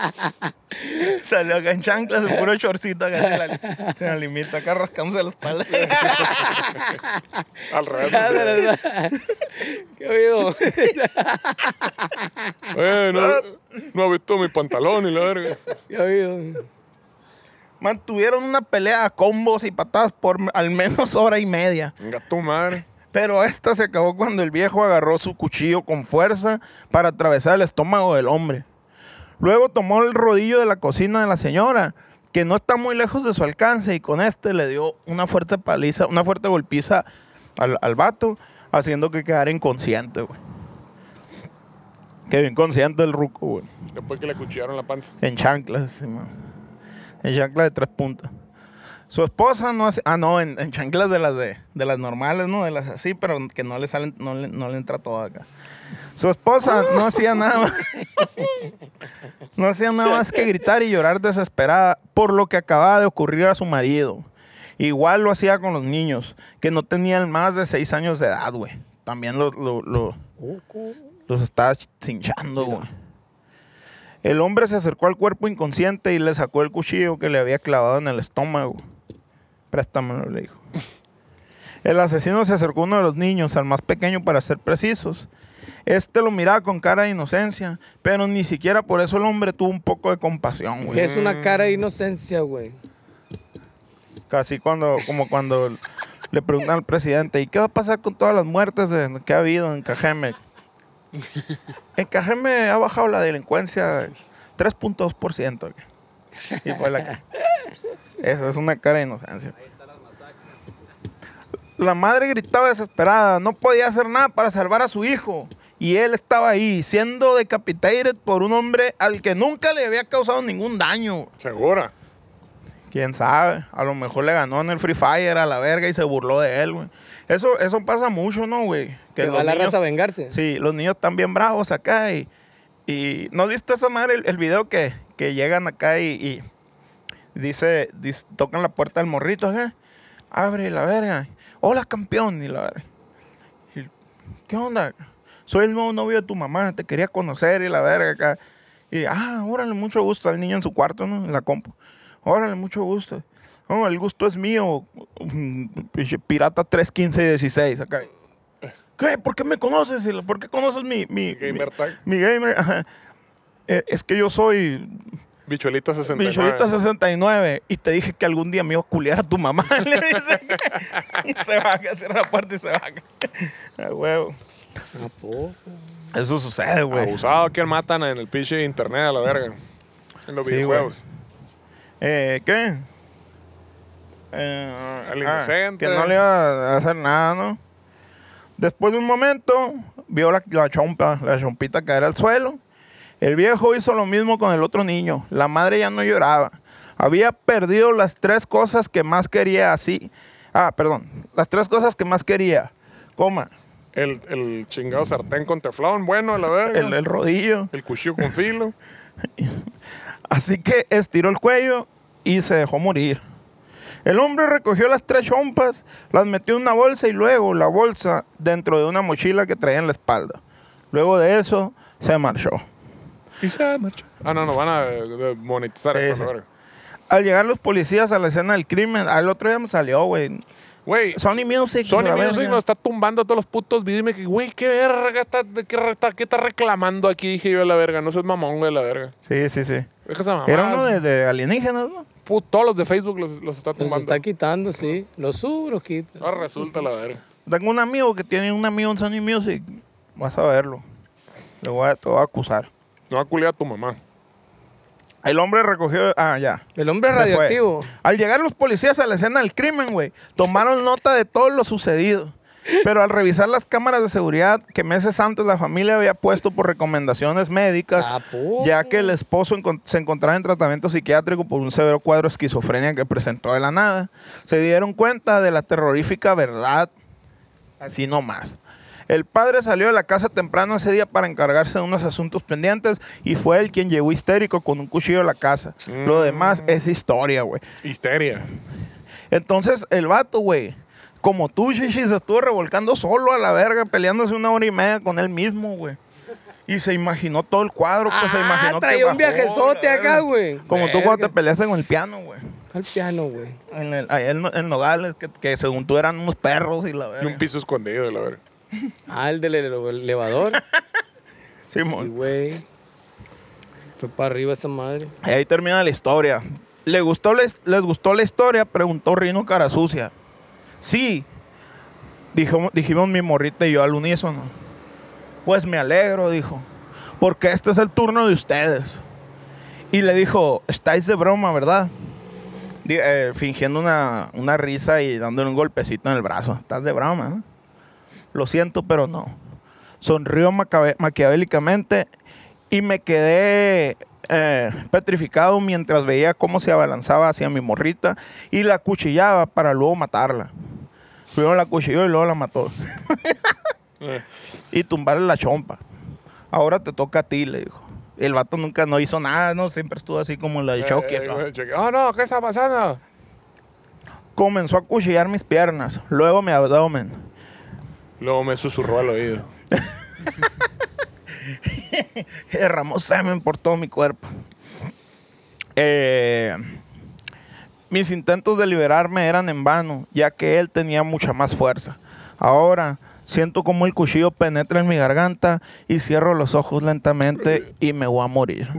[SPEAKER 2] Salió acá en chanclas, en puro shortcito. Acá se la, se la limita, acá rascándose la espalda.
[SPEAKER 1] Al revés.
[SPEAKER 3] ya, de verdad. Qué oído.
[SPEAKER 1] Eh, no, no ha visto mi pantalón y la verga.
[SPEAKER 3] Qué oído.
[SPEAKER 2] Mantuvieron una pelea a combos y patadas por al menos hora y media.
[SPEAKER 1] Venga, tu madre.
[SPEAKER 2] Pero esta se acabó cuando el viejo agarró su cuchillo con fuerza para atravesar el estómago del hombre. Luego tomó el rodillo de la cocina de la señora, que no está muy lejos de su alcance, y con este le dio una fuerte paliza, una fuerte golpiza al, al vato, haciendo que quedara inconsciente, güey. Que bien consciente el ruco, güey.
[SPEAKER 1] Después que le cuchillaron la panza.
[SPEAKER 2] En chanclas, sí, man. En chanclas de tres puntas. Su esposa no hace. Ah, no, en, en chanclas de las de, de las normales, ¿no? De las así, pero que no le salen, no le, no le entra todo acá. Su esposa no hacía nada más. no hacía nada más que gritar y llorar desesperada por lo que acababa de ocurrir a su marido. Igual lo hacía con los niños, que no tenían más de seis años de edad, güey. También lo- lo- lo- los estaba cinchando, güey. El hombre se acercó al cuerpo inconsciente y le sacó el cuchillo que le había clavado en el estómago. Préstamelo, le dijo. El asesino se acercó a uno de los niños, al más pequeño para ser precisos. Este lo miraba con cara de inocencia, pero ni siquiera por eso el hombre tuvo un poco de compasión,
[SPEAKER 3] Que
[SPEAKER 2] güey.
[SPEAKER 3] es una cara de inocencia, güey.
[SPEAKER 2] Casi cuando, como cuando le preguntan al presidente, ¿y qué va a pasar con todas las muertes de- que ha habido en Cajeme? En Cajeme ha bajado la delincuencia 3.2%. Y fue la ca- Eso es una cara de inocencia. La madre gritaba desesperada, no podía hacer nada para salvar a su hijo. Y él estaba ahí, siendo decapitated por un hombre al que nunca le había causado ningún daño.
[SPEAKER 1] Segura.
[SPEAKER 2] Quién sabe, a lo mejor le ganó en el Free Fire a la verga y se burló de él, güey. Eso, eso pasa mucho, ¿no, güey?
[SPEAKER 3] Que va la raza a vengarse.
[SPEAKER 2] Sí, los niños están bien bravos acá y. y ¿No viste esa madre el, el video que, que llegan acá y. y dice, dice- Tocan la puerta del morrito, acá. Abre la verga. Hola, campeón, y la verga. Y, ¿Qué onda? Soy el nuevo novio de tu mamá, te quería conocer y la verga acá. Y, ah, órale, mucho gusto al niño en su cuarto, ¿no? En la compu. Órale, mucho gusto. No, el gusto es mío. Pinche Pirata 31516, acá. ¿Qué? ¿Por qué me conoces? Y la- ¿Por qué conoces mi... mi
[SPEAKER 1] Gamer
[SPEAKER 2] mi-
[SPEAKER 1] tag.
[SPEAKER 2] Mi, gamer, ajá. Eh, es que yo soy
[SPEAKER 1] Bichuelita 69.
[SPEAKER 2] Pichurita 69 y te dije que algún día me iba a culiar a tu mamá. Le dice. y se baja, cierra la puerta y se baja. A huevo.
[SPEAKER 3] ¿A poco?
[SPEAKER 2] Eso sucede, güey.
[SPEAKER 1] Abusado, ¿quién matan en el pinche internet a la verga? En los
[SPEAKER 2] Sí,
[SPEAKER 1] videojuegos.
[SPEAKER 2] Eh, ¿Qué? Eh,
[SPEAKER 1] Al
[SPEAKER 2] ah,
[SPEAKER 1] inocente.
[SPEAKER 2] que no le iba a hacer nada, ¿no? Después de un momento, vio la, la chompa, la chompita caer al suelo. El viejo hizo lo mismo con el otro niño. La madre ya no lloraba. Había perdido las tres cosas que más quería así. Ah, perdón. Las tres cosas que más quería. Coma.
[SPEAKER 1] El, el chingado sartén con teflón, bueno, a la verga.
[SPEAKER 2] El,
[SPEAKER 1] El,
[SPEAKER 2] el rodillo.
[SPEAKER 1] cuchillo con filo.
[SPEAKER 2] Así que estiró el cuello y se dejó morir. El hombre recogió las tres chompas, las metió en una bolsa y luego la bolsa dentro de una mochila que traía en la espalda. Luego de eso, se marchó.
[SPEAKER 1] Y se marcha. Ah, no, no, van a eh, de- monetizar
[SPEAKER 2] Sí,
[SPEAKER 1] esto,
[SPEAKER 2] sí.
[SPEAKER 1] a la verga.
[SPEAKER 2] al llegar los policías a la escena del crimen, al otro día me salió, güey.
[SPEAKER 1] Güey,
[SPEAKER 2] Sony Music.
[SPEAKER 1] Sony
[SPEAKER 2] la
[SPEAKER 1] Music
[SPEAKER 2] verga.
[SPEAKER 1] nos está tumbando a todos los putos videos. Y me dije, güey, ¿qué verga está, qué, re- está- qué está reclamando aquí? Dije yo, a la verga. No seas mamón, güey, a la verga.
[SPEAKER 2] Sí, sí, sí.
[SPEAKER 1] Deja esa mamada.
[SPEAKER 2] Era uno de, de alienígenas, ¿no?
[SPEAKER 1] Pu- todos los de Facebook los, los está
[SPEAKER 3] Los
[SPEAKER 1] tumbando.
[SPEAKER 3] está quitando, sí. Los subo, los quito.
[SPEAKER 1] Ahora resulta la verga.
[SPEAKER 2] Tengo un amigo que tiene un amigo en Sony Music. Vas a verlo. Le voy a, te voy a acusar.
[SPEAKER 1] No va a culiar a tu mamá.
[SPEAKER 2] El hombre recogió. Ah, ya.
[SPEAKER 3] El hombre
[SPEAKER 2] Se fue.
[SPEAKER 3] radioactivo.
[SPEAKER 2] Al llegar los policías a la escena del crimen, güey, tomaron nota de todo lo sucedido. Pero al revisar las cámaras de seguridad que meses antes la familia había puesto por recomendaciones médicas,
[SPEAKER 3] ¿A poco?
[SPEAKER 2] ya que el esposo encon- se encontraba en tratamiento psiquiátrico por un severo cuadro de esquizofrenia que presentó de la nada, se dieron cuenta de la terrorífica verdad, así nomás. El padre salió de la casa temprano ese día para encargarse de unos asuntos pendientes y fue él quien llegó histérico con un cuchillo a la casa. Lo demás
[SPEAKER 3] Mm.
[SPEAKER 2] es historia, güey.
[SPEAKER 1] Histeria.
[SPEAKER 2] Entonces, el vato, güey, como tú, Shishi, se estuvo revolcando solo a la verga, peleándose una hora y media con él mismo, güey. Y se imaginó todo el cuadro, pues se
[SPEAKER 3] Ah,
[SPEAKER 2] imaginó que
[SPEAKER 3] traía
[SPEAKER 2] bajó,
[SPEAKER 3] un viajezote
[SPEAKER 2] la
[SPEAKER 3] acá,
[SPEAKER 2] verga.
[SPEAKER 3] güey.
[SPEAKER 2] Como tú
[SPEAKER 3] Verga.
[SPEAKER 2] cuando te peleaste con el piano, güey.
[SPEAKER 3] Al piano, güey.
[SPEAKER 2] En, el, ahí en, en Nogales, que, que según tú eran unos perros y la
[SPEAKER 1] Y un
[SPEAKER 2] verga.
[SPEAKER 1] piso escondido, de la verga.
[SPEAKER 3] Ah, el del ele- elevador. Sí,
[SPEAKER 2] Simón.
[SPEAKER 3] güey. Fue para arriba esa madre.
[SPEAKER 2] Y ahí termina la historia. ¿Le gustó les, les gustó la historia? Preguntó Rino Cara Sucia. Sí. Dijo, dijimos mi morrita y yo al unísono. Pues me alegro, dijo. Porque este es el turno de ustedes. Y le dijo, estáis de broma, ¿verdad? Di- eh, fingiendo una, una risa y dándole un golpecito en el brazo. Estás de broma. eh? Lo siento, pero no. Sonrió macabe- maquiavélicamente y me quedé eh, petrificado mientras veía cómo se abalanzaba hacia mi morrita y la cuchillaba para luego matarla. Primero la cuchilló y luego la mató.
[SPEAKER 1] Eh.
[SPEAKER 2] y tumbarle la chompa. Ahora te toca a ti, le dijo. El vato nunca no hizo nada, ¿no? Siempre estuvo así como la de choque.
[SPEAKER 1] Eh,
[SPEAKER 2] ¿no?
[SPEAKER 1] güey, choque. Oh, no, ¿qué está pasando?
[SPEAKER 2] Comenzó a cuchillar mis piernas, luego mi abdomen.
[SPEAKER 1] Luego me susurró al oído.
[SPEAKER 2] Derramó semen por todo mi cuerpo. Eh, mis intentos de liberarme eran en vano, ya que él tenía mucha más fuerza. Ahora siento como el cuchillo penetra en mi garganta y cierro los ojos lentamente y me voy a morir.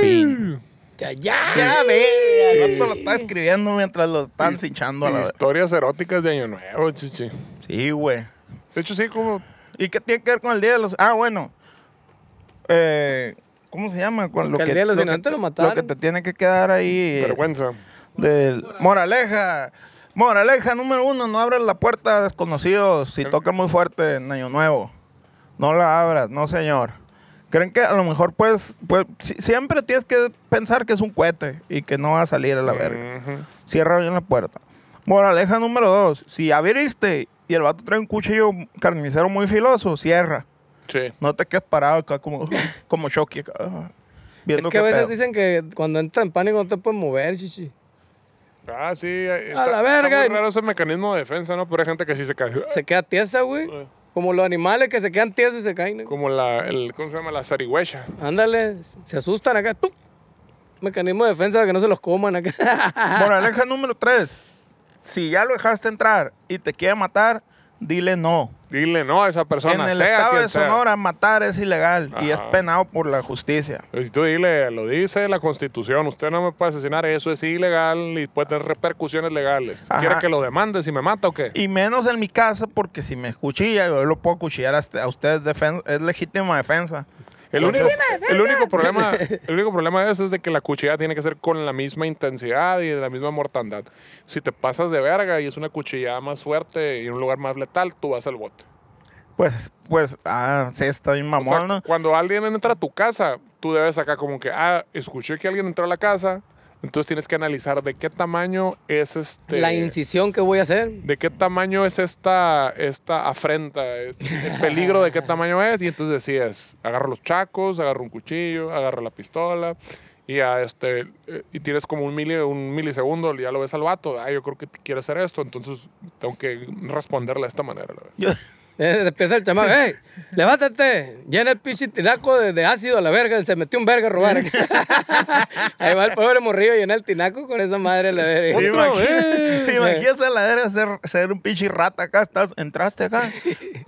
[SPEAKER 2] Fin.
[SPEAKER 3] Ya, ya.
[SPEAKER 2] Ya ve, el vato lo está escribiendo mientras lo están cinchando a la vez.
[SPEAKER 1] Historias eróticas de Año Nuevo, chichi.
[SPEAKER 2] Sí, güey.
[SPEAKER 1] De hecho, sí, como.
[SPEAKER 2] ¿Y qué tiene que ver con el día de los.? Ah, bueno. Eh, ¿Cómo se llama? Con
[SPEAKER 3] Que el Día de los Inocentes lo mataron.
[SPEAKER 2] que te tiene que quedar ahí. eh,
[SPEAKER 1] Vergüenza.
[SPEAKER 2] del- moraleja. Moraleja número uno: no abras la puerta a desconocidos si tocan muy fuerte en Año Nuevo. No la abras, no, señor. ¿Creen que a lo mejor puedes. pues, si- siempre tienes que pensar que es un cohete y que no va a salir a la verga.
[SPEAKER 1] Ujú.
[SPEAKER 2] Cierra bien la puerta. Moraleja número dos. Si abriste y el vato trae un cuchillo carnicero muy filoso, cierra.
[SPEAKER 1] Sí.
[SPEAKER 2] No te quedes parado acá como, como Chucky acá, ah, Viendo
[SPEAKER 3] Es que a
[SPEAKER 2] qué
[SPEAKER 3] veces
[SPEAKER 2] pedo.
[SPEAKER 3] dicen que cuando entra en pánico no te puedes mover, chichi.
[SPEAKER 1] Ah, sí.
[SPEAKER 3] A la verga.
[SPEAKER 1] Es raro ese mecanismo de defensa, ¿no? Pero hay gente que sí se cae.
[SPEAKER 3] Se queda tiesa, güey.
[SPEAKER 1] Eh.
[SPEAKER 3] Como los animales que se quedan tiesos y se caen. ¿no?
[SPEAKER 1] Como la, el, ¿cómo se llama? La zarigüeya.
[SPEAKER 3] Ándale, se asustan acá. ¡tup! Mecanismo de defensa para que no se los coman acá.
[SPEAKER 2] Moraleja número tres. Si ya lo dejaste entrar y te quiere matar, dile no.
[SPEAKER 1] Dile no a esa
[SPEAKER 2] En
[SPEAKER 1] persona.
[SPEAKER 2] el
[SPEAKER 1] sea
[SPEAKER 2] estado
[SPEAKER 1] quien
[SPEAKER 2] de
[SPEAKER 1] sea.
[SPEAKER 2] Sonora, matar es ilegal y es
[SPEAKER 1] Ajá.
[SPEAKER 2] penado por la justicia.
[SPEAKER 1] Pero Pues Si tú dile, lo dice la constitución, usted no me puede asesinar, eso es ilegal y puede tener repercusiones legales.
[SPEAKER 2] Ajá.
[SPEAKER 1] ¿Quiere que lo demande si me mata o qué?
[SPEAKER 2] Y menos en mi casa, porque si me cuchilla, yo lo puedo cuchillar hasta- a ustedes. defen- Es legítima defensa.
[SPEAKER 1] El único,
[SPEAKER 2] Entonces-
[SPEAKER 1] el único problema, el único problema de eso es de que la cuchillada tiene que ser con la misma intensidad y de la misma mortandad. Si te pasas de verga y es una cuchillada más fuerte y en un lugar más letal, tú vas al bote.
[SPEAKER 2] Pues, pues, ah, sí, está bien
[SPEAKER 1] O sea,
[SPEAKER 2] mamón, ¿no?
[SPEAKER 1] Cuando alguien entra a tu casa, tú debes acá como que, ah, escuché que alguien entró a la casa, entonces tienes que analizar de qué tamaño es este...
[SPEAKER 3] La incisión que voy a hacer.
[SPEAKER 1] de qué tamaño es esta, esta afrenta, este- el peligro de qué tamaño es, y entonces decides, agarro los chacos, agarro un cuchillo, agarro la pistola, y, a este, eh, y tienes como un, mili, un milisegundo, ya lo ves al vato, ah, yo creo que quiere hacer esto, entonces tengo que responderle de esta manera. la verdad.
[SPEAKER 2] Yo,
[SPEAKER 3] Eh, Empieza el chamaco, ¡ey! Levántate, llena el pinche tinaco de, de ácido a la verga, se metió un verga a robar. Ahí va el pobre morrillo llena el tinaco con esa madre a la verga.
[SPEAKER 1] Otra
[SPEAKER 2] Imagina-
[SPEAKER 1] vez.
[SPEAKER 2] ¿Te imaginas a la verga ser, ser un pinche rata acá? Estás, entraste acá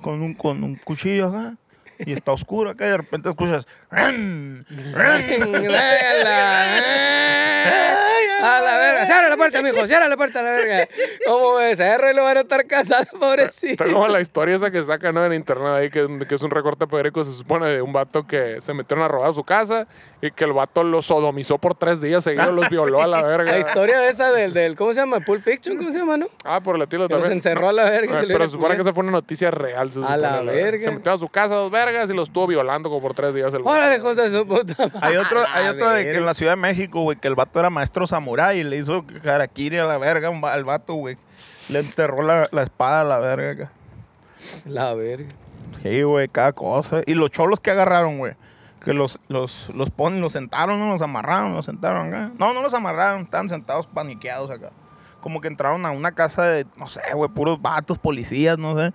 [SPEAKER 2] con un, con un cuchillo acá y está oscuro acá y de repente escuchas. "Ren, ren".
[SPEAKER 3] eh. A la verga, cierra la puerta, mijo, cierra la puerta a la verga. ¿Cómo ves? A lo van a estar casados, pobrecito.
[SPEAKER 1] Está como la historia esa que sacan ¿no? en internet ahí, que, que es un recorte periódico, se supone, de un vato que se metieron a robar a su casa y que el vato lo sodomizó por tres días seguidos, los violó a la verga.
[SPEAKER 3] La historia de esa del, del, ¿cómo se llama? Pulp Fiction, ¿cómo se llama, no?
[SPEAKER 1] Ah, por el estilo
[SPEAKER 3] Que los
[SPEAKER 1] también.
[SPEAKER 3] encerró a la verga y
[SPEAKER 1] Ah,
[SPEAKER 3] se lo iba
[SPEAKER 1] Pero
[SPEAKER 3] a
[SPEAKER 1] se supone que
[SPEAKER 3] comer.
[SPEAKER 1] esa fue una noticia real. se
[SPEAKER 3] A
[SPEAKER 1] supone,
[SPEAKER 3] la
[SPEAKER 1] Se
[SPEAKER 3] verga.
[SPEAKER 1] metió a su casa dos vergas y los estuvo violando como por tres días. El vato.
[SPEAKER 3] Órale, hijo de su puta madre.
[SPEAKER 2] Hay otro,
[SPEAKER 3] A
[SPEAKER 2] hay
[SPEAKER 3] la
[SPEAKER 2] otro de que
[SPEAKER 3] verga.
[SPEAKER 2] en la Ciudad de México, güey, que el vato era maestro samurái y le hizo harakiri a la verga un va- al vato, güey. Le enterró la, la espada a la verga acá.
[SPEAKER 3] La verga.
[SPEAKER 2] Sí, güey, cada cosa. Y los cholos que agarraron, güey. Que los, los, los ponen, los sentaron, ¿no? los amarraron, los sentaron acá. No, no los amarraron, estaban sentados paniqueados acá. Como que entraron a una casa de, no sé, güey, puros vatos, policías, no sé.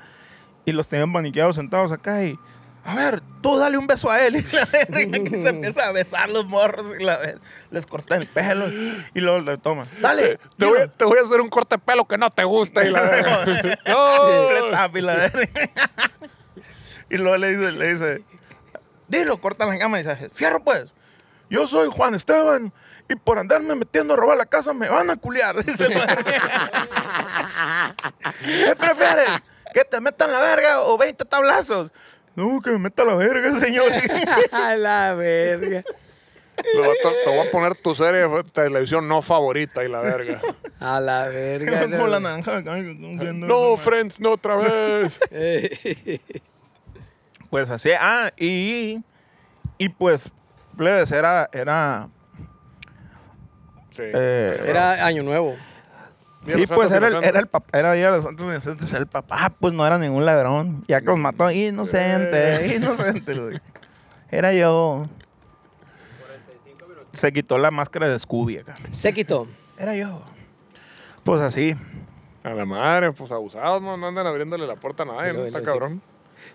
[SPEAKER 2] Y los tenían paniqueados sentados acá y. A ver, tú dale un beso a él. Y la verga que se empieza a besar los morros y la verga. Les cortan el pelo y luego le toman. Dale.
[SPEAKER 1] Te voy, a- te voy a hacer un corte de pelo que no te gusta y la verga.
[SPEAKER 3] No.
[SPEAKER 2] Fred Happy, la verga. Y luego le dice, le dice, dilo, corta la cámara y dice, fierro pues, yo soy Juan Esteban y por andarme metiendo a robar la casa me van a culiar, dice. el güey. ¿Qué prefieres? ¿Que te metan la verga o 20 tablazos? No, que me meta la verga, señor.
[SPEAKER 3] A la verga.
[SPEAKER 1] Lo vato, te voy a poner tu serie de televisión no favorita y la verga.
[SPEAKER 3] A la verga.
[SPEAKER 2] Como la naranja. acá, viendo-
[SPEAKER 1] No, Friends, no otra vez.
[SPEAKER 3] Eh,
[SPEAKER 2] Pues así, ah, y, y pues, plebes, era, era
[SPEAKER 1] Sí.
[SPEAKER 2] eh,
[SPEAKER 3] Era año nuevo.
[SPEAKER 1] Día de
[SPEAKER 2] Sí,
[SPEAKER 1] los
[SPEAKER 2] pues
[SPEAKER 1] Santos
[SPEAKER 2] era el,
[SPEAKER 1] Inocentes.
[SPEAKER 2] era el papá, era Día de los Santos Inocentes, el papá, pues no era ningún ladrón. Ya que los mató,
[SPEAKER 1] Eh.
[SPEAKER 2] inocente, inocente. güey. Era yo. Se quitó la máscara de Scooby acá.
[SPEAKER 3] Se quitó.
[SPEAKER 2] Era yo. Pues así.
[SPEAKER 1] A la madre, pues abusados, no, no andan abriéndole la puerta a nadie,
[SPEAKER 3] Pero
[SPEAKER 1] ¿no? Está
[SPEAKER 3] él así-
[SPEAKER 1] cabrón.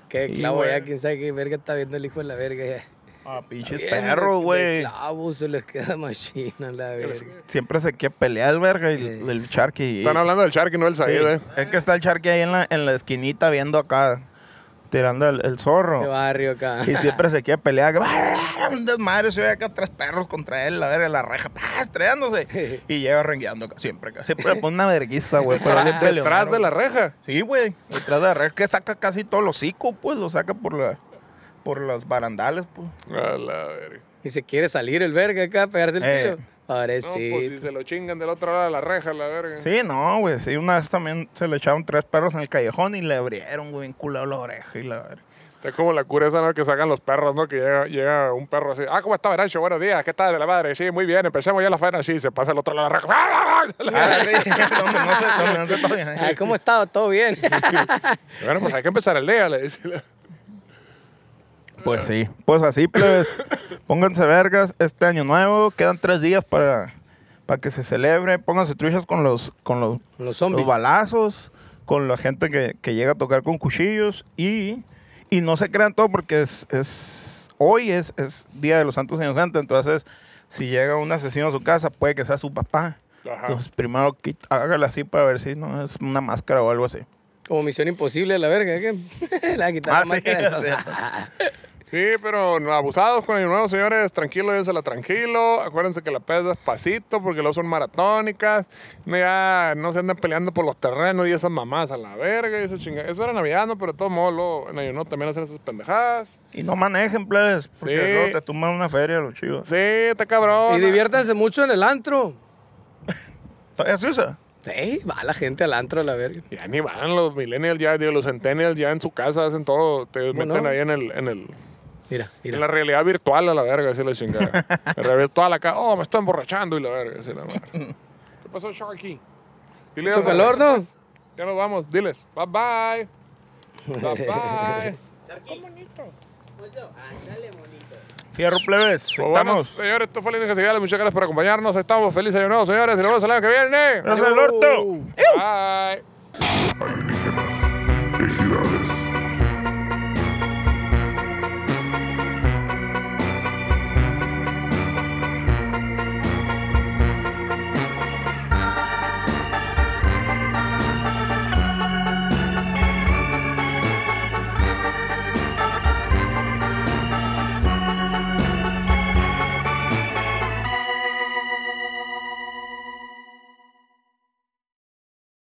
[SPEAKER 3] Qué
[SPEAKER 2] Sí,
[SPEAKER 3] clavo
[SPEAKER 2] güey.
[SPEAKER 3] ya, quién sabe qué verga está viendo el hijo de la verga ya.
[SPEAKER 2] Ah, pinches
[SPEAKER 3] Bien,
[SPEAKER 2] perros,
[SPEAKER 3] de- de
[SPEAKER 2] güey.
[SPEAKER 3] Clavo se les queda machina la verga.
[SPEAKER 2] Siempre se quiere pelear el verga y el, el charqui.
[SPEAKER 1] Están hablando del Shark y no del Said, eh.
[SPEAKER 2] Sí, Es que está el charqui ahí en la, en la esquinita viendo acá, tirando el, el zorro.
[SPEAKER 3] Qué barrio acá.
[SPEAKER 2] Y siempre se quiere pelear. Un desmadre, se ve acá tres perros contra él, la verga, la reja, pa, estrellándose. Y llega rengueando acá, siempre acá. Siempre le pone una verguiza, güey.
[SPEAKER 3] Ah,
[SPEAKER 2] Pero bien
[SPEAKER 1] Detrás
[SPEAKER 2] peleonero.
[SPEAKER 1] de la reja.
[SPEAKER 2] Sí, güey. Detrás de la reja, que saca casi todos los hocico, pues. Lo saca por la por los barandales, pues.
[SPEAKER 1] A la verga.
[SPEAKER 3] Y se quiere salir el verga acá, pegarse el
[SPEAKER 2] Eh.
[SPEAKER 3] tiro.
[SPEAKER 1] No, pues si
[SPEAKER 3] Pobrecito.
[SPEAKER 1] se lo chingan del otro lado de la reja, la verga.
[SPEAKER 2] Sí, no, güey. Sí, una vez también se le echaron tres perros en el callejón y le abrieron, güey, vinculado la oreja y la verga.
[SPEAKER 1] Es como la cura esa ¿no? que sacan los perros, ¿no? Que llega, llega un perro así. Ah, ¿cómo está, Verancho? Buenos días. ¿Qué tal de la madre? Sí, muy bien. Empecemos ya la faena. Sí, se pasa el otro lado de la reja.
[SPEAKER 2] Ah, sí, donde no se- donde no se toquen.
[SPEAKER 3] Ay, Ah, ¿Cómo estaba? ¿Todo bien?
[SPEAKER 1] bueno, pues hay que empezar el día, le dice.
[SPEAKER 2] Pues sí, pues así, pues pónganse vergas este año nuevo, quedan tres días para, para que se celebre, pónganse truchas con los, con los,
[SPEAKER 3] Los zombies.
[SPEAKER 2] los balazos, con la gente que, que llega a tocar con cuchillos y, y no se crean todo porque es, es- hoy es, es Día de los Santos Inocentes, entonces si llega un asesino a su casa puede que sea su papá.
[SPEAKER 1] Ajá.
[SPEAKER 2] Entonces primero quita- hágala así para ver si no es una máscara o algo así.
[SPEAKER 3] Como misión imposible la verga. ¿qué? La
[SPEAKER 2] Ah,
[SPEAKER 3] guitarra
[SPEAKER 2] sí,
[SPEAKER 3] máscara.
[SPEAKER 1] Sí, pero no, abusados con el nuevo, señores. Tranquilo, llévensela tranquilo. Acuérdense que la pez despacito porque luego son maratónicas. No, ya no se andan peleando por los terrenos y esas mamás a la verga y esas chingadas. Eso era Navidad, ¿no? Pero de todo modo, luego en Año Nuevo también hacen esas pendejadas.
[SPEAKER 2] Y no manejen, plebes, porque
[SPEAKER 1] Sí.
[SPEAKER 2] luego te tumban una feria los chivos.
[SPEAKER 1] Sí, está cabrón.
[SPEAKER 3] Y diviértanse mucho en el antro.
[SPEAKER 2] ¿Todavía se usa?
[SPEAKER 3] Sí, va la gente al antro a la verga.
[SPEAKER 1] Ya ni van los millennials, ya, digo, los centennials ya en su casa hacen todo. Te
[SPEAKER 3] ¿Cómo
[SPEAKER 1] meten
[SPEAKER 3] no?
[SPEAKER 1] ahí en el... En el
[SPEAKER 3] Mira,
[SPEAKER 1] en
[SPEAKER 3] mira.
[SPEAKER 1] la realidad virtual a la verga, así la chingada. la realidad virtual acá, oh, me están borrachando y la verga, así la madre. ¿Qué pasó, Sharky? Dile
[SPEAKER 3] Mucho
[SPEAKER 1] a la-
[SPEAKER 3] calor, ¿no?
[SPEAKER 1] Ya nos vamos, diles. Bye bye. Bye bye.
[SPEAKER 2] Fierro plebes,
[SPEAKER 1] Pues bueno,
[SPEAKER 2] estamos.
[SPEAKER 1] señores, esto fue la Ingeniería Señal. Muchas gracias por acompañarnos. Estamos felices de nuevo, señores. Y nos vemos el año que viene.
[SPEAKER 2] ¡Gracias el orto!
[SPEAKER 1] Bye.
[SPEAKER 4] Alienígenas